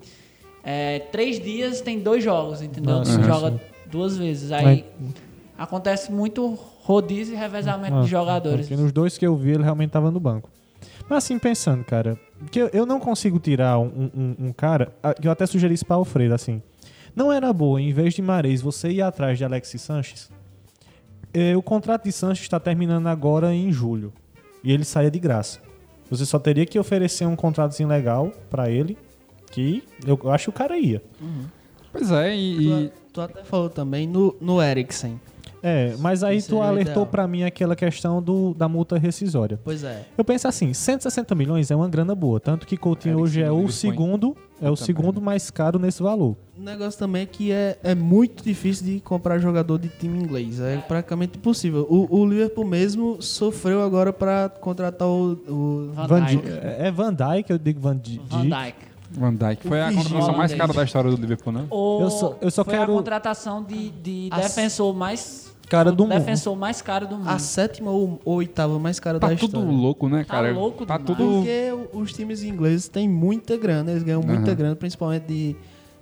[SPEAKER 3] é, três dias, tem dois jogos, entendeu?
[SPEAKER 4] Não,
[SPEAKER 3] Você
[SPEAKER 4] sim,
[SPEAKER 3] joga
[SPEAKER 4] sim.
[SPEAKER 3] duas vezes. Aí
[SPEAKER 4] Mas-
[SPEAKER 3] acontece muito rodízio e revezamento de
[SPEAKER 4] Ah,
[SPEAKER 3] jogadores.
[SPEAKER 4] Porque nos dois que eu vi, ele realmente tava no banco. Mas assim, pensando, cara, que eu, eu não consigo tirar um, um- um cara, ah, que eu até sugeri isso pra Alfredo, assim. Não era boa, em vez de Mares, você ir atrás de Alexis Sanches? Eh, o contrato de Sanches está terminando agora em julho. E ele saia de graça. Você só teria que oferecer um contratozinho legal pra ele, que eu acho que o cara ia.
[SPEAKER 7] Pois é, e. e-
[SPEAKER 8] Tu, tu até falou também no, no Eriksen.
[SPEAKER 4] É, mas aí
[SPEAKER 8] Isso
[SPEAKER 4] tu
[SPEAKER 8] seria o
[SPEAKER 4] alertou
[SPEAKER 8] ideal.
[SPEAKER 4] pra mim aquela questão do, da multa rescisória.
[SPEAKER 8] Pois é.
[SPEAKER 4] Eu penso assim, 160 milhões é uma grana boa, tanto que Coutinho
[SPEAKER 7] Eriksen
[SPEAKER 4] hoje é
[SPEAKER 7] do
[SPEAKER 4] o
[SPEAKER 7] Liverpool,
[SPEAKER 4] segundo, é o segundo mais caro nesse valor.
[SPEAKER 8] O negócio também é que é, é muito difícil de comprar jogador de time inglês. É praticamente impossível. O, o Liverpool mesmo sofreu agora para contratar o, o-
[SPEAKER 3] Van
[SPEAKER 4] Van
[SPEAKER 3] Dijk.
[SPEAKER 4] Dijk. É é Van Dijk, eu digo Van Dijk.
[SPEAKER 3] Van Dijk.
[SPEAKER 7] Van Dijk foi a
[SPEAKER 8] Virgil
[SPEAKER 7] contratação mais cara da história do Liverpool, né?
[SPEAKER 3] O-
[SPEAKER 4] Eu só- eu só
[SPEAKER 3] foi
[SPEAKER 4] quero-
[SPEAKER 3] a contratação de, de
[SPEAKER 8] As-
[SPEAKER 3] defensor mais
[SPEAKER 4] Cara do mundo.
[SPEAKER 3] Um defensor mais caro do mundo.
[SPEAKER 8] a sétima ou ou oitava mais cara
[SPEAKER 7] Tá
[SPEAKER 8] da
[SPEAKER 7] tudo
[SPEAKER 8] história.
[SPEAKER 7] louco, né,
[SPEAKER 3] Tá
[SPEAKER 7] cara?
[SPEAKER 3] louco
[SPEAKER 7] tá
[SPEAKER 3] demais.
[SPEAKER 7] tudo.
[SPEAKER 8] Porque o- os times ingleses têm muita grana, eles ganham muita grana, principalmente de,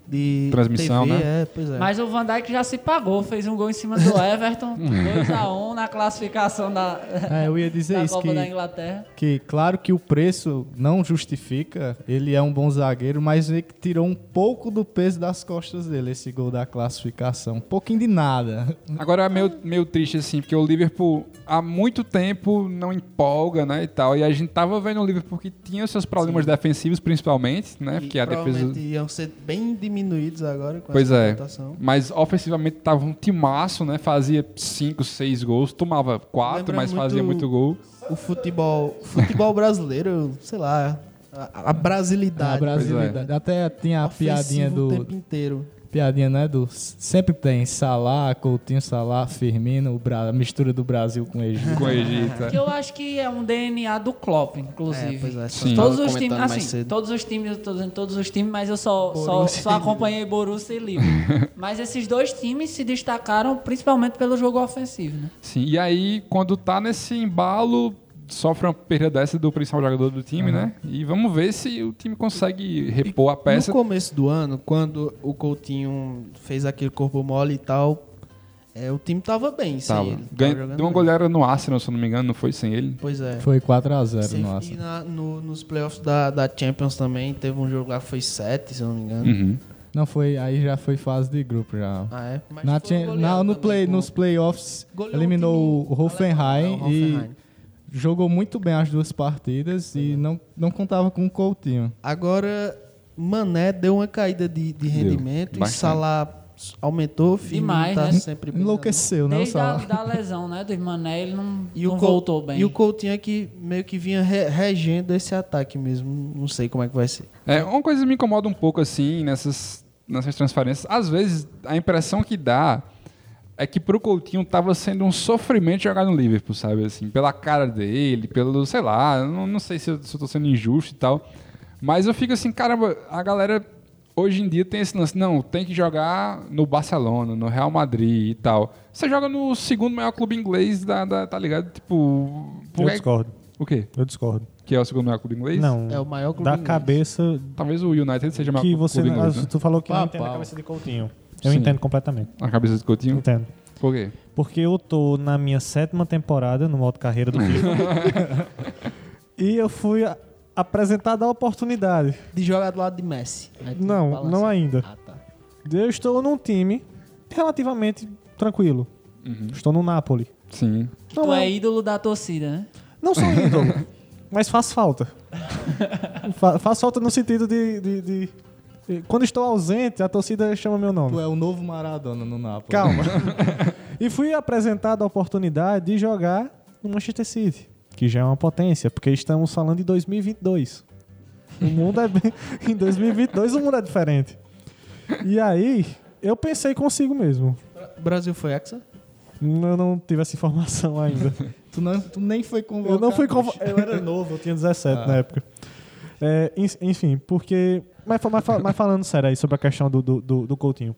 [SPEAKER 8] de
[SPEAKER 7] Transmissão,
[SPEAKER 8] TV,
[SPEAKER 7] né?
[SPEAKER 8] É, pois é.
[SPEAKER 3] Mas o Van Dijk já se pagou, fez um gol em cima do Everton, 2x1 na classificação da,
[SPEAKER 9] É, eu ia dizer
[SPEAKER 3] da
[SPEAKER 9] isso,
[SPEAKER 3] Copa
[SPEAKER 9] que,
[SPEAKER 3] da Inglaterra.
[SPEAKER 9] que claro que o preço não justifica, ele é um bom zagueiro, mas ele que tirou um pouco do peso das costas dele, esse gol da classificação. Um pouquinho de nada.
[SPEAKER 7] Agora é meio, meio triste, assim, porque o Liverpool há muito tempo não empolga, né, e tal. E a gente tava vendo o Liverpool que tinha seus problemas defensivos, principalmente, né?
[SPEAKER 8] E
[SPEAKER 7] Porque a defesa.
[SPEAKER 8] provavelmente iam ser bem diminuídos agora com
[SPEAKER 7] Pois
[SPEAKER 8] essa
[SPEAKER 7] é.
[SPEAKER 8] contratação.
[SPEAKER 7] Mas ofensivamente tava um timaço, né? Fazia 5, 6 gols, tomava 4,
[SPEAKER 8] Lembra
[SPEAKER 7] mas
[SPEAKER 8] muito-
[SPEAKER 7] fazia muito gol.
[SPEAKER 8] O futebol, futebol brasileiro, sei lá, a, a brasilidade.
[SPEAKER 9] Da brasilidade. Até tinha a piadinha
[SPEAKER 8] é. Ofensivo
[SPEAKER 9] do.
[SPEAKER 8] o tempo inteiro.
[SPEAKER 9] Piadinha, né? Do, sempre tem Salá, Coutinho, Salá, Firmino, o Bra- a mistura do Brasil com o Egito.
[SPEAKER 7] Com o Egito. é.
[SPEAKER 3] Que eu acho que é um DNA do Klopp, inclusive.
[SPEAKER 8] É, pois é, só
[SPEAKER 7] Sim.
[SPEAKER 3] Todos
[SPEAKER 8] tava
[SPEAKER 3] os times,
[SPEAKER 8] comentando mais
[SPEAKER 3] assim,
[SPEAKER 8] cedo.
[SPEAKER 3] todos os times, eu tô dizendo todos os times, mas eu só, só,
[SPEAKER 8] Borussia
[SPEAKER 3] só acompanhei Borussia e Liverpool. mas esses dois times se destacaram principalmente pelo jogo ofensivo, né?
[SPEAKER 7] Sim, e aí, quando tá nesse embalo, sofre uma perda dessa do principal jogador do time, né? E vamos ver se o time consegue repor a peça.
[SPEAKER 8] No começo do ano, quando o Coutinho fez aquele corpo mole e tal, é, o time tava bem sem
[SPEAKER 7] Tava.
[SPEAKER 8] ele. Tava
[SPEAKER 7] Ganha-
[SPEAKER 8] jogando
[SPEAKER 7] deu uma
[SPEAKER 8] bem.
[SPEAKER 7] goleada no Arsenal, se eu não me engano, não foi sem ele.
[SPEAKER 8] Pois é.
[SPEAKER 9] Foi 4x0,
[SPEAKER 8] Sem-
[SPEAKER 9] nossa.
[SPEAKER 8] E na- no- nos playoffs da, da Champions também, teve um jogo lá que foi 7, se eu não me engano.
[SPEAKER 7] Uhum.
[SPEAKER 9] Não foi, aí já foi fase de grupo já.
[SPEAKER 8] Ah, é? Mas
[SPEAKER 9] Na,
[SPEAKER 8] foi
[SPEAKER 9] Chan-
[SPEAKER 8] goleado
[SPEAKER 9] na- no
[SPEAKER 8] também
[SPEAKER 9] play,
[SPEAKER 8] por-
[SPEAKER 9] nos playoffs,
[SPEAKER 8] Goleou
[SPEAKER 9] eliminou
[SPEAKER 8] time
[SPEAKER 9] o Hoffenheim,
[SPEAKER 8] alemão, né? O Hoffenheim.
[SPEAKER 9] e jogou muito bem as duas partidas
[SPEAKER 8] é.
[SPEAKER 9] e não, não contava com o Coutinho.
[SPEAKER 8] Agora, Mané deu uma caída de, de rendimento e
[SPEAKER 7] bastante.
[SPEAKER 8] Salah aumentou, Firmino
[SPEAKER 3] Demais,
[SPEAKER 8] tá
[SPEAKER 3] né?
[SPEAKER 8] sempre bem.
[SPEAKER 9] Enlouqueceu, né, o
[SPEAKER 3] Desde a
[SPEAKER 9] Salah?
[SPEAKER 3] da lesão, né, do Irmané, ele não,
[SPEAKER 8] E o
[SPEAKER 3] não
[SPEAKER 8] Cou-
[SPEAKER 3] voltou bem.
[SPEAKER 8] E o Coutinho é que meio que vinha re- regendo esse ataque mesmo. Não sei como é que vai ser.
[SPEAKER 7] É, uma coisa que me incomoda um pouco, assim, nessas, nessas transferências. Às vezes, a impressão que dá é que pro Coutinho tava sendo um sofrimento jogar no Liverpool, sabe? Assim, pela cara dele, pelo, sei lá, eu não, não sei se eu, se eu tô sendo injusto e tal. Mas eu fico assim, caramba, a galera hoje em dia tem esse lance, não, tem que jogar no Barcelona, no Real Madrid e tal. Você joga no segundo maior clube inglês da, da- tá ligado? Tipo, por
[SPEAKER 4] Eu
[SPEAKER 7] que-
[SPEAKER 4] discordo.
[SPEAKER 7] o quê?
[SPEAKER 4] Eu discordo.
[SPEAKER 7] Que é o segundo maior clube inglês?
[SPEAKER 4] Não.
[SPEAKER 8] É o maior clube
[SPEAKER 4] Da
[SPEAKER 8] inglês.
[SPEAKER 4] cabeça
[SPEAKER 7] Talvez o United seja o maior
[SPEAKER 4] que
[SPEAKER 7] clube
[SPEAKER 4] você.
[SPEAKER 7] inglês, né?
[SPEAKER 4] Tu falou que
[SPEAKER 9] Pau
[SPEAKER 4] não
[SPEAKER 9] a
[SPEAKER 4] entende a
[SPEAKER 9] pau.
[SPEAKER 4] cabeça de Coutinho. Eu
[SPEAKER 7] Sim.
[SPEAKER 4] entendo completamente.
[SPEAKER 7] Na cabeça do Coutinho?
[SPEAKER 4] Entendo.
[SPEAKER 7] Por quê?
[SPEAKER 4] Porque eu tô na minha sétima temporada no modo carreira do FIFA. e eu fui a- apresentado a oportunidade.
[SPEAKER 8] De jogar do lado de Messi. Aí tu
[SPEAKER 4] Não,
[SPEAKER 8] fala
[SPEAKER 4] não ainda.
[SPEAKER 8] Ah, tá.
[SPEAKER 4] Eu estou num time relativamente tranquilo. Estou no Napoli.
[SPEAKER 7] Sim.
[SPEAKER 4] Não,
[SPEAKER 3] tu
[SPEAKER 4] é-
[SPEAKER 3] é ídolo da torcida, né?
[SPEAKER 4] não sou um ídolo, mas faz falta. Fa faz falta no sentido de, de- de- de- Quando estou ausente, a torcida chama meu nome.
[SPEAKER 9] Tu é o novo Maradona no Napoli.
[SPEAKER 4] Calma. e fui apresentado a oportunidade de jogar no Manchester City, que já é uma potência, porque estamos falando de 2022. O mundo é bem... em 2022 o mundo é diferente. E aí, eu pensei consigo mesmo.
[SPEAKER 8] O Brasil foi hexa?
[SPEAKER 4] Eu não tive essa informação ainda.
[SPEAKER 9] Tu, não, tu nem foi convocado.
[SPEAKER 4] Eu não fui convo...
[SPEAKER 9] bicho.
[SPEAKER 4] Eu era novo, eu tinha 17 na época. É, en- enfim, porque. Mas, fa- mas fa- mas falando sério aí sobre a questão do, do, do- do Coutinho.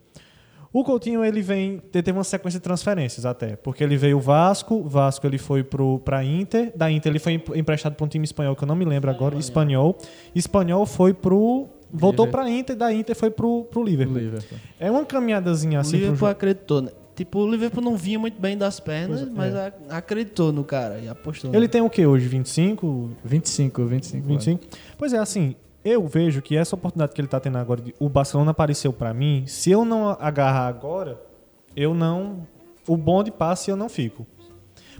[SPEAKER 4] O Coutinho, ele vem. Ele teve uma sequência de transferências até. Porque ele veio o Vasco, Vasco ele foi pro, pra Inter. Da Inter ele foi em- emprestado pra um time espanhol, que eu não me lembro agora, espanhol. Espanhol foi pro. Voltou pra Inter, da Inter foi pro, pro Liverpool.
[SPEAKER 9] Liverpool.
[SPEAKER 4] É uma caminhadazinha
[SPEAKER 8] o
[SPEAKER 4] assim pro
[SPEAKER 8] Liverpool
[SPEAKER 4] jogo.
[SPEAKER 8] acreditou, né? Tipo, o Liverpool não vinha muito bem das pernas, mas a- acreditou no cara e apostou.
[SPEAKER 4] é. Ele
[SPEAKER 8] né?
[SPEAKER 4] tem o que hoje? 25?
[SPEAKER 9] 25, 25.
[SPEAKER 4] 25. Pois é, assim, eu vejo que essa oportunidade que ele tá tendo agora, de- o Barcelona apareceu pra mim, se eu não agarrar agora, eu não. O bonde passa e eu não fico.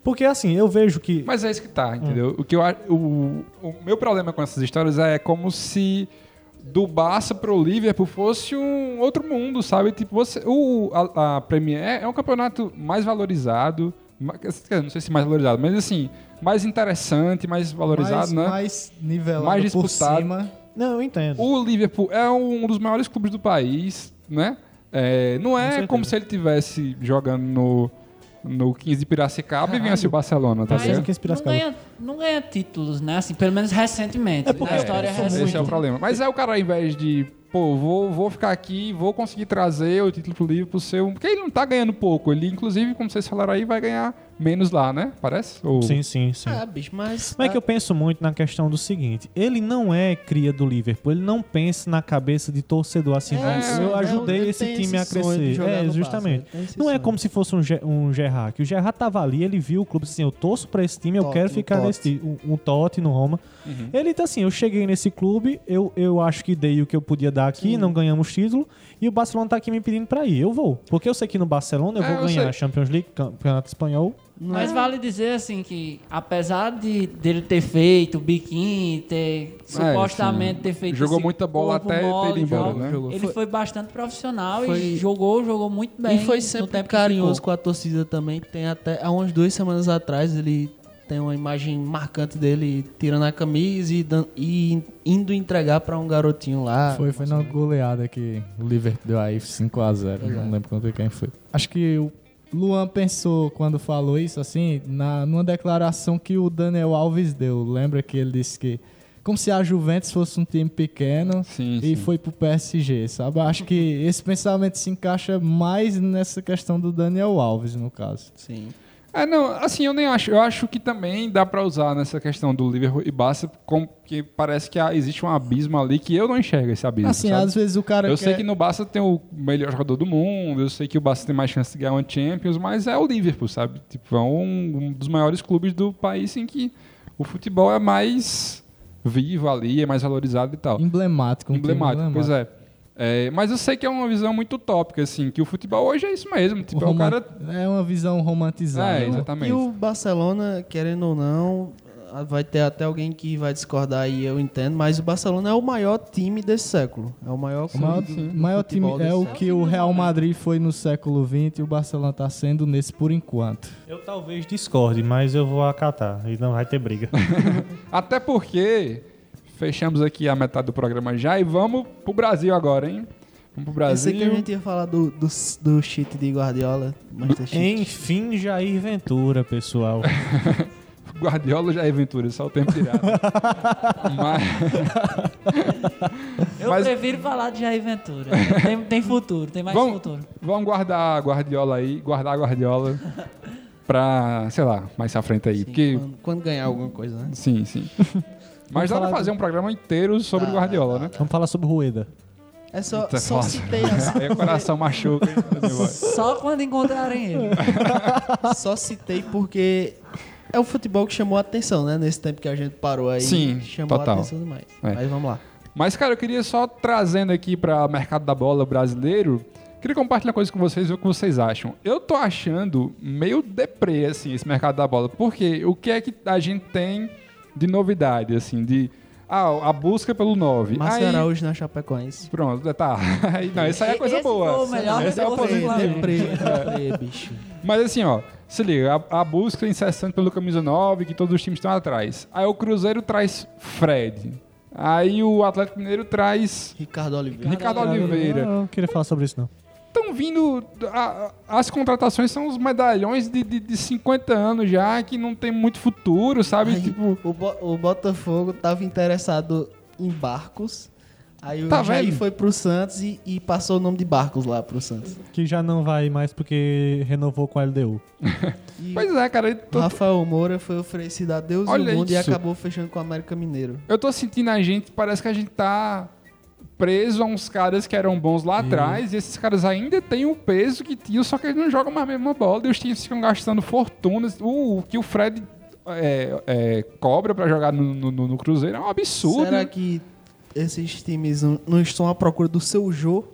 [SPEAKER 4] Porque assim, eu vejo que.
[SPEAKER 7] Mas é isso que tá, entendeu? O, que eu, a- o, o meu problema com essas histórias é como se do Barça pro Liverpool fosse um outro mundo, sabe? Tipo, você, o, a, a Premier é um campeonato mais valorizado, ma- quer dizer, não sei se mais valorizado, mas assim, mais interessante, mais valorizado,
[SPEAKER 9] Mais,
[SPEAKER 7] né?
[SPEAKER 9] mais nivelado
[SPEAKER 7] Mais
[SPEAKER 9] por
[SPEAKER 7] disputado.
[SPEAKER 9] cima.
[SPEAKER 4] Não, eu entendo.
[SPEAKER 7] O Liverpool é um dos maiores clubes do país, né? É, não é
[SPEAKER 4] certeza.
[SPEAKER 7] como se ele tivesse jogando no, no 15 de Piracicaba e viesse o Barcelona, tá
[SPEAKER 4] Mas-
[SPEAKER 7] certo?
[SPEAKER 4] que inspira as
[SPEAKER 3] não, ganha, não ganha títulos, né? Assim, pelo menos recentemente.
[SPEAKER 4] porque
[SPEAKER 3] na história
[SPEAKER 4] são
[SPEAKER 3] recente.
[SPEAKER 7] É Esse é o problema. Mas é o cara, ao invés de, pô, vou, vou ficar aqui, vou conseguir trazer o título pro livro pro seu. Porque ele não tá ganhando pouco. Ele, inclusive, como vocês falaram aí, vai ganhar menos lá, né? Parece? Ou...
[SPEAKER 4] Sim, sim, sim.
[SPEAKER 8] Ah, bicho, mas.
[SPEAKER 4] Mas é que eu penso muito na questão do seguinte: ele não é cria do Liverpool, ele não pensa na cabeça de torcedor assim,
[SPEAKER 8] É,
[SPEAKER 4] "Nossa, eu
[SPEAKER 8] é,
[SPEAKER 4] ajudei
[SPEAKER 8] ele
[SPEAKER 4] esse
[SPEAKER 8] tem
[SPEAKER 4] time
[SPEAKER 8] esse
[SPEAKER 4] a
[SPEAKER 8] sonho de
[SPEAKER 4] crescer.
[SPEAKER 8] jogar
[SPEAKER 4] É,
[SPEAKER 8] no Barça,
[SPEAKER 4] justamente.
[SPEAKER 8] ele tem esse
[SPEAKER 4] Não é
[SPEAKER 8] sonho.
[SPEAKER 4] como se fosse um, Ge- um Gerrard, que o Gerrard tava ali, ele viu o clube assim, eu torço pra esse time, eu
[SPEAKER 8] Totti,
[SPEAKER 4] quero
[SPEAKER 8] um
[SPEAKER 4] ficar
[SPEAKER 8] Totti.
[SPEAKER 4] nesse time, um, um Totti no Roma.
[SPEAKER 7] Uhum.
[SPEAKER 4] Ele tá assim, eu cheguei nesse clube, eu, eu acho que dei o que eu podia dar aqui, não ganhamos título, e o Barcelona tá aqui me pedindo pra ir, eu vou. Porque eu sei que no Barcelona eu
[SPEAKER 7] É,
[SPEAKER 4] vou
[SPEAKER 7] eu
[SPEAKER 4] ganhar
[SPEAKER 7] sei.
[SPEAKER 4] a Champions League, Campeonato Espanhol,
[SPEAKER 3] Mas vale dizer assim que, apesar de dele ter feito o biquinho, ter supostamente
[SPEAKER 7] É, sim.
[SPEAKER 3] ter feito
[SPEAKER 7] Jogou
[SPEAKER 3] esse
[SPEAKER 7] muita bola
[SPEAKER 3] corpo
[SPEAKER 7] até ter
[SPEAKER 3] mole
[SPEAKER 7] ido
[SPEAKER 3] e
[SPEAKER 7] embora,
[SPEAKER 3] tal,
[SPEAKER 7] né?
[SPEAKER 3] Ele foi, bastante profissional
[SPEAKER 8] Foi-
[SPEAKER 3] e jogou, jogou muito bem.
[SPEAKER 8] e foi
[SPEAKER 3] no
[SPEAKER 8] sempre
[SPEAKER 3] tempo que
[SPEAKER 8] carinhoso
[SPEAKER 3] ficou.
[SPEAKER 8] com a torcida também. Tem até há umas duas semanas atrás ele tem uma imagem marcante dele tirando a camisa e, dan- e indo entregar pra um garotinho lá.
[SPEAKER 9] Foi, foi na goleada que o Liverpool deu aí 5x0. Não lembro contra quem foi. é. Acho que o Luan pensou quando falou isso, assim, na, numa declaração que o Daniel Alves deu. Lembra que ele disse que. Como se a Juventus fosse um time pequeno
[SPEAKER 7] Sim,
[SPEAKER 9] e
[SPEAKER 7] sim.
[SPEAKER 9] foi pro PSG, sabe? Acho que esse pensamento se encaixa mais nessa questão do Daniel Alves, no caso.
[SPEAKER 8] Sim.
[SPEAKER 7] É, não, assim, eu nem acho. Eu acho que também dá pra usar nessa questão do Liverpool e Barça, como que parece que há- existe um abismo ali que eu não enxergo esse abismo.
[SPEAKER 9] Assim,
[SPEAKER 7] sabe?
[SPEAKER 9] às vezes o cara
[SPEAKER 7] Eu
[SPEAKER 9] quer...
[SPEAKER 7] sei que no Barça tem o melhor jogador do mundo, eu sei que o Barça tem mais chance de ganhar uma Champions, mas é o Liverpool, sabe? Tipo, é um, um dos maiores clubes do país em que o futebol é mais vivo ali, é mais valorizado e tal.
[SPEAKER 9] Emblemático. um time
[SPEAKER 7] Emblemático, pois é. É, Mas eu sei que é uma visão muito utópica, assim, que o futebol hoje é isso mesmo.
[SPEAKER 9] O
[SPEAKER 7] Tipo, é o
[SPEAKER 9] roman-
[SPEAKER 7] cara.
[SPEAKER 9] um É uma visão romantizada.
[SPEAKER 7] É,
[SPEAKER 9] né?
[SPEAKER 7] exatamente.
[SPEAKER 8] E o Barcelona, querendo ou não, ah, vai ter até alguém que vai discordar e eu entendo, mas o Barcelona é o maior time desse século. É o maior
[SPEAKER 9] O maior,
[SPEAKER 8] clube de
[SPEAKER 9] maior time
[SPEAKER 8] futebol
[SPEAKER 9] é
[SPEAKER 8] desse
[SPEAKER 9] o
[SPEAKER 8] século.
[SPEAKER 9] que o Real Madrid foi no século XX e o Barcelona tá sendo nesse por enquanto.
[SPEAKER 4] Eu talvez discorde, mas eu vou acatar e não vai ter briga.
[SPEAKER 7] Até porque fechamos aqui a metade do programa já e vamos pro Brasil agora, hein? Vamos pro Brasil.
[SPEAKER 8] Pensei que a gente ia falar do, do, do cheat de Guardiola, Master Cheat.
[SPEAKER 4] Enfim, Jair Ventura, pessoal.
[SPEAKER 7] Guardiola já é Ventura, só o tempo tirado. Mas
[SPEAKER 3] Eu
[SPEAKER 7] Mas-
[SPEAKER 3] prefiro falar de Jair Ventura. Tem, tem futuro, tem mais
[SPEAKER 7] Vamos-
[SPEAKER 3] futuro.
[SPEAKER 7] vamos guardar a Guardiola aí, guardar a Guardiola pra, sei lá, mais à frente aí. porque,
[SPEAKER 8] Quando, quando ganhar alguma coisa, né?
[SPEAKER 7] sim, sim. Mas dá pra fazer um programa inteiro sobre
[SPEAKER 8] Dá,
[SPEAKER 7] Guardiola, né?
[SPEAKER 4] Vamos falar sobre Rueda.
[SPEAKER 8] É só,
[SPEAKER 7] Tá
[SPEAKER 8] só
[SPEAKER 7] fácil.
[SPEAKER 8] citei as,
[SPEAKER 7] Aí o coração machuca. hein?
[SPEAKER 3] Só quando encontrarem ele.
[SPEAKER 8] Só citei porque é o futebol que chamou a atenção, né? Nesse tempo que a gente parou aí.
[SPEAKER 7] Sim,
[SPEAKER 8] chamou
[SPEAKER 7] total.
[SPEAKER 8] a atenção demais.
[SPEAKER 7] É.
[SPEAKER 8] Mas vamos lá.
[SPEAKER 7] Mas, cara, eu queria só trazendo aqui pra mercado da bola brasileiro. Queria compartilhar uma coisa com vocês, ver o que vocês acham. Eu tô achando meio deprê, assim, esse mercado da bola. Porque o que é que a gente tem de novidade, assim, de... Ah, a busca pelo 9.
[SPEAKER 8] Márcio
[SPEAKER 7] aí,
[SPEAKER 8] Araújo na Chapecoense.
[SPEAKER 7] Pronto, tá. Aí, não, isso aí é coisa
[SPEAKER 3] Esse
[SPEAKER 7] boa.
[SPEAKER 3] foi o melhor
[SPEAKER 7] Esse é o
[SPEAKER 3] que eu
[SPEAKER 7] positivo.
[SPEAKER 3] falei.
[SPEAKER 8] Deprê, deprê, bicho.
[SPEAKER 7] Mas assim, ó, se liga, a, a busca incessante pelo camisa 9, que todos os times estão atrás. Aí o Cruzeiro traz Fred. Aí o Atlético Mineiro traz
[SPEAKER 8] Ricardo Oliveira.
[SPEAKER 7] Ricardo Oliveira.
[SPEAKER 4] Não, não queria falar sobre isso, não.
[SPEAKER 7] Estão vindo. a- a- as contratações são os medalhões de, de, de 50 anos já, que não tem muito futuro, sabe?
[SPEAKER 8] Aí,
[SPEAKER 7] Tipo,
[SPEAKER 8] o, Bo- o Botafogo tava interessado em barcos. Aí o
[SPEAKER 7] Tá
[SPEAKER 8] Jair
[SPEAKER 7] vendo?
[SPEAKER 8] foi pro Santos e, e passou o nome de barcos lá pro Santos.
[SPEAKER 4] Que já não vai mais porque renovou com a LDU.
[SPEAKER 8] E
[SPEAKER 7] pois é, cara. eu
[SPEAKER 8] o
[SPEAKER 7] tô-
[SPEAKER 8] Rafael Moura foi oferecido a Deus e
[SPEAKER 7] Olha
[SPEAKER 8] o mundo e
[SPEAKER 7] isso.
[SPEAKER 8] acabou fechando com o América Mineiro.
[SPEAKER 7] Eu tô sentindo a gente, parece que a gente tá preso a uns caras que eram bons lá atrás, e esses caras ainda têm o peso que tinham, só que eles não jogam mais a mesma bola, e os times ficam gastando fortunas. O, o que o Fred é, é, cobra pra jogar no, no- no- no Cruzeiro é um absurdo.
[SPEAKER 8] Será que esses times não, não estão à procura do seu jogo?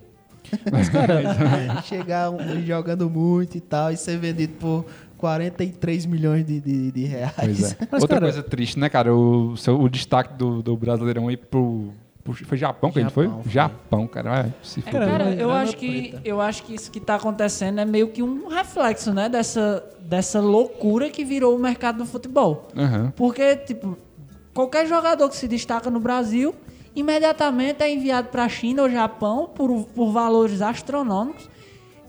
[SPEAKER 8] Chegar um- jogando muito e tal, e ser vendido por 43 milhões de, de, de reais.
[SPEAKER 7] Pois é.
[SPEAKER 4] Mas,
[SPEAKER 7] Outra
[SPEAKER 4] cara-
[SPEAKER 7] coisa triste, né, cara? O, seu- o destaque do, do Brasileirão aí pro, pro- Foi Japão que a gente foi?
[SPEAKER 8] Japão, foi.
[SPEAKER 7] Japão, cara. Vai, se
[SPEAKER 3] É,
[SPEAKER 7] fuder.
[SPEAKER 3] cara,
[SPEAKER 8] mas
[SPEAKER 3] eu
[SPEAKER 8] grana
[SPEAKER 3] acho, que,
[SPEAKER 8] preta.
[SPEAKER 3] eu acho que isso que tá acontecendo é meio que um reflexo, né? Dessa, dessa loucura que virou o mercado do futebol.
[SPEAKER 7] Aham.
[SPEAKER 3] Porque, tipo, qualquer jogador que se destaca no Brasil, imediatamente é enviado pra China ou Japão por, por valores astronômicos.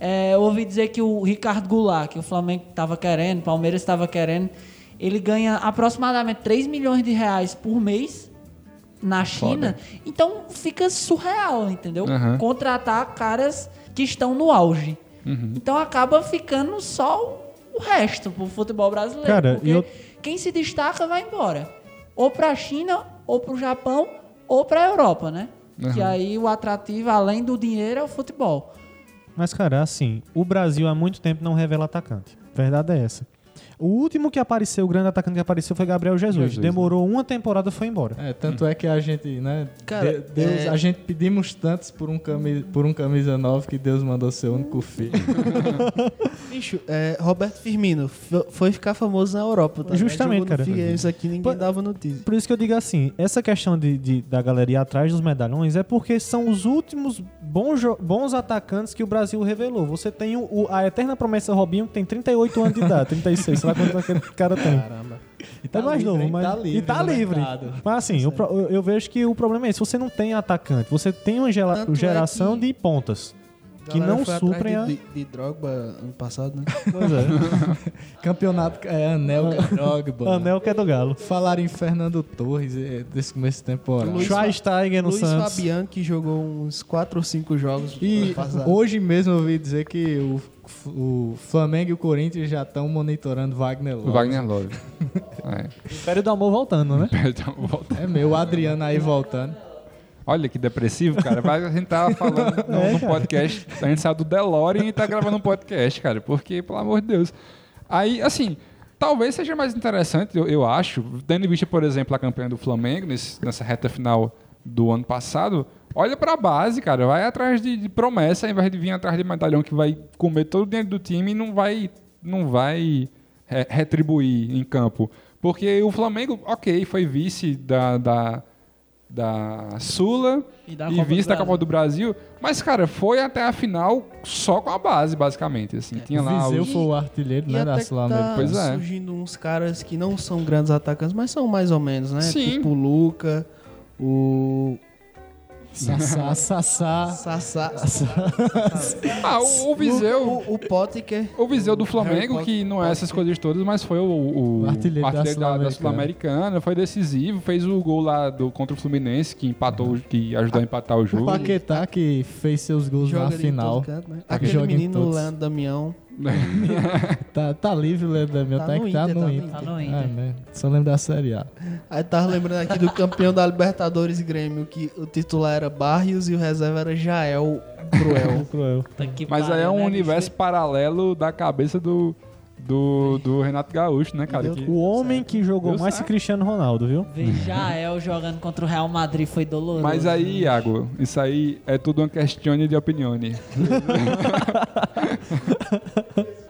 [SPEAKER 3] É, eu ouvi dizer que o Ricardo Goulart, que o Flamengo estava querendo, o Palmeiras estava querendo, ele ganha aproximadamente 3 milhões de reais por mês na China. Então fica surreal, entendeu?
[SPEAKER 7] Aham.
[SPEAKER 3] Contratar caras que estão no auge.
[SPEAKER 7] Uhum.
[SPEAKER 3] Então acaba ficando só o resto pro futebol brasileiro.
[SPEAKER 4] Cara,
[SPEAKER 3] porque
[SPEAKER 4] eu-
[SPEAKER 3] quem se destaca vai embora. Ou pra China, ou pro Japão, ou pra Europa, né? Que aí o atrativo, além do dinheiro, é o futebol.
[SPEAKER 4] Mas, cara, assim, o Brasil há muito tempo não revela atacante. Verdade é essa. O último que apareceu, o grande atacante que apareceu foi Gabriel Jesus.
[SPEAKER 7] Jesus,
[SPEAKER 4] Demorou uma temporada e foi embora.
[SPEAKER 9] É, tanto é que a gente, né?
[SPEAKER 8] Cara,
[SPEAKER 9] de- Deus,
[SPEAKER 8] é-
[SPEAKER 9] a gente pedimos tantos por um camisa, por um camisa nova que Deus mandou seu único filho.
[SPEAKER 8] Bicho, é, Roberto Firmino f- foi ficar famoso na Europa. Tá?
[SPEAKER 4] Justamente,
[SPEAKER 8] Jogou no
[SPEAKER 4] cara.
[SPEAKER 8] Figueirense aqui ninguém
[SPEAKER 4] Pô-
[SPEAKER 8] dava notícia.
[SPEAKER 4] Por isso que eu digo assim, essa questão de, de- da galeria atrás dos medalhões é porque são os últimos bons, jo- bons atacantes que o Brasil revelou. Você tem o, o- a eterna promessa Robinho, que tem 38 anos de idade, 36, sei lá quanto aquele cara tem. Caramba. E tá,
[SPEAKER 9] tá
[SPEAKER 4] mais
[SPEAKER 9] livre,
[SPEAKER 4] novo,
[SPEAKER 9] hein?
[SPEAKER 4] mas...
[SPEAKER 9] Tá livre
[SPEAKER 4] e tá
[SPEAKER 9] no
[SPEAKER 4] livre.
[SPEAKER 9] mercado.
[SPEAKER 4] Mas assim, o pro- eu, eu vejo que o problema é esse. Você não tem atacante, você tem uma gela-
[SPEAKER 8] Tanto é
[SPEAKER 4] geração
[SPEAKER 8] que-
[SPEAKER 4] de pontas. Que
[SPEAKER 8] Galera
[SPEAKER 4] não
[SPEAKER 8] foi atrás
[SPEAKER 4] suprem a...
[SPEAKER 8] de, de, de Drogba ano passado, né?
[SPEAKER 4] Pois é.
[SPEAKER 9] Campeonato é Anel Drogba. né?
[SPEAKER 4] Anel que é do Galo.
[SPEAKER 9] Falar em Fernando Torres é, desse começo de temporada.
[SPEAKER 8] Luiz Fa-
[SPEAKER 4] Schweinsteiger no
[SPEAKER 8] Luiz
[SPEAKER 4] Santos.
[SPEAKER 8] Fabian, que jogou uns 4 ou 5 jogos
[SPEAKER 9] E
[SPEAKER 8] ano passado.
[SPEAKER 9] hoje mesmo eu ouvi dizer que o, o Flamengo e o Corinthians já estão monitorando Wagner
[SPEAKER 7] O
[SPEAKER 9] Love.
[SPEAKER 7] Wagner Love. é.
[SPEAKER 4] Império do Amor voltando, né?
[SPEAKER 7] Então, volta.
[SPEAKER 9] É meu, o Adriano aí voltando.
[SPEAKER 7] Olha que depressivo, cara. Mas a gente tava falando no, no um podcast. A gente saiu do DeLorean e tá gravando um podcast, cara. Porque, pelo amor de Deus. Aí, assim, talvez seja mais interessante, eu, eu acho, tendo em vista, por exemplo, a campanha do Flamengo nesse- nessa reta final do ano passado. Olha pra base, cara. Vai atrás de, de promessa, ao invés de vir atrás de medalhão que vai comer todo o dinheiro do time e não vai, não vai é, retribuir em campo. Porque o Flamengo, ok, foi vice da, da, da Sula
[SPEAKER 3] E
[SPEAKER 7] e,
[SPEAKER 3] da Copa do
[SPEAKER 7] vice da
[SPEAKER 3] Brasil.
[SPEAKER 7] Copa do Brasil, mas, cara, foi até a final só com a base, basicamente. Assim. Tinha lá
[SPEAKER 9] Viseu
[SPEAKER 7] os-
[SPEAKER 9] foi É, o artilheiro,
[SPEAKER 8] E
[SPEAKER 9] né, da
[SPEAKER 8] até que tá
[SPEAKER 9] Sul-Americana.
[SPEAKER 7] Pois é.
[SPEAKER 8] surgindo uns caras que não são grandes atacantes, mas são mais ou menos, né?
[SPEAKER 7] Sim.
[SPEAKER 8] Tipo o Luca, o
[SPEAKER 9] Sassá, Sassá.
[SPEAKER 8] Sassá.
[SPEAKER 7] Ah, o, o Viseu.
[SPEAKER 8] O, o Potker.
[SPEAKER 7] O Viseu do
[SPEAKER 8] Harry
[SPEAKER 7] Flamengo,
[SPEAKER 8] Potter-
[SPEAKER 7] que não é essas coisas todas, mas foi o, o-
[SPEAKER 9] O artilheiro da
[SPEAKER 7] da- da
[SPEAKER 9] Sul-Americana.
[SPEAKER 7] Sul-Americana, foi decisivo, fez o gol lá do, contra o Fluminense, que empatou, que ajudou a empatar o
[SPEAKER 9] O
[SPEAKER 7] jogo.
[SPEAKER 9] Paquetá que fez seus gols
[SPEAKER 8] Joga
[SPEAKER 9] na
[SPEAKER 8] ali em
[SPEAKER 9] final.
[SPEAKER 8] todo canto, né?
[SPEAKER 9] Tá que
[SPEAKER 8] Aquele
[SPEAKER 9] joga em
[SPEAKER 8] menino
[SPEAKER 9] todos.
[SPEAKER 8] Leandro Damião.
[SPEAKER 9] Tá, tá livre, Leandro Damião.
[SPEAKER 8] Tá
[SPEAKER 9] Tá,
[SPEAKER 8] no
[SPEAKER 9] que tá
[SPEAKER 8] Inter,
[SPEAKER 9] no
[SPEAKER 8] tá no
[SPEAKER 9] Inter.
[SPEAKER 3] Tá no
[SPEAKER 9] Ah,
[SPEAKER 3] Inter.
[SPEAKER 9] né? Só lembro da Série A.
[SPEAKER 8] Aí tava lembrando aqui do campeão da Libertadores Grêmio, que o titular era Barrios e o reserva era Jael Cruel.
[SPEAKER 9] Cruel.
[SPEAKER 3] Puta que
[SPEAKER 7] Mas aí
[SPEAKER 3] pariu,
[SPEAKER 7] é um
[SPEAKER 3] né,
[SPEAKER 7] universo paralelo da cabeça do, do, do Renato Gaúcho, né, cara? Que-
[SPEAKER 4] O homem que jogou
[SPEAKER 7] Deu
[SPEAKER 4] mais que
[SPEAKER 7] certo.
[SPEAKER 4] Cristiano Ronaldo, viu?
[SPEAKER 3] bicho? Ver Jael jogando contra o Real Madrid foi
[SPEAKER 9] né?
[SPEAKER 3] doloroso.
[SPEAKER 7] Mas aí, Iago, isso aí é tudo uma questão de opinião. né?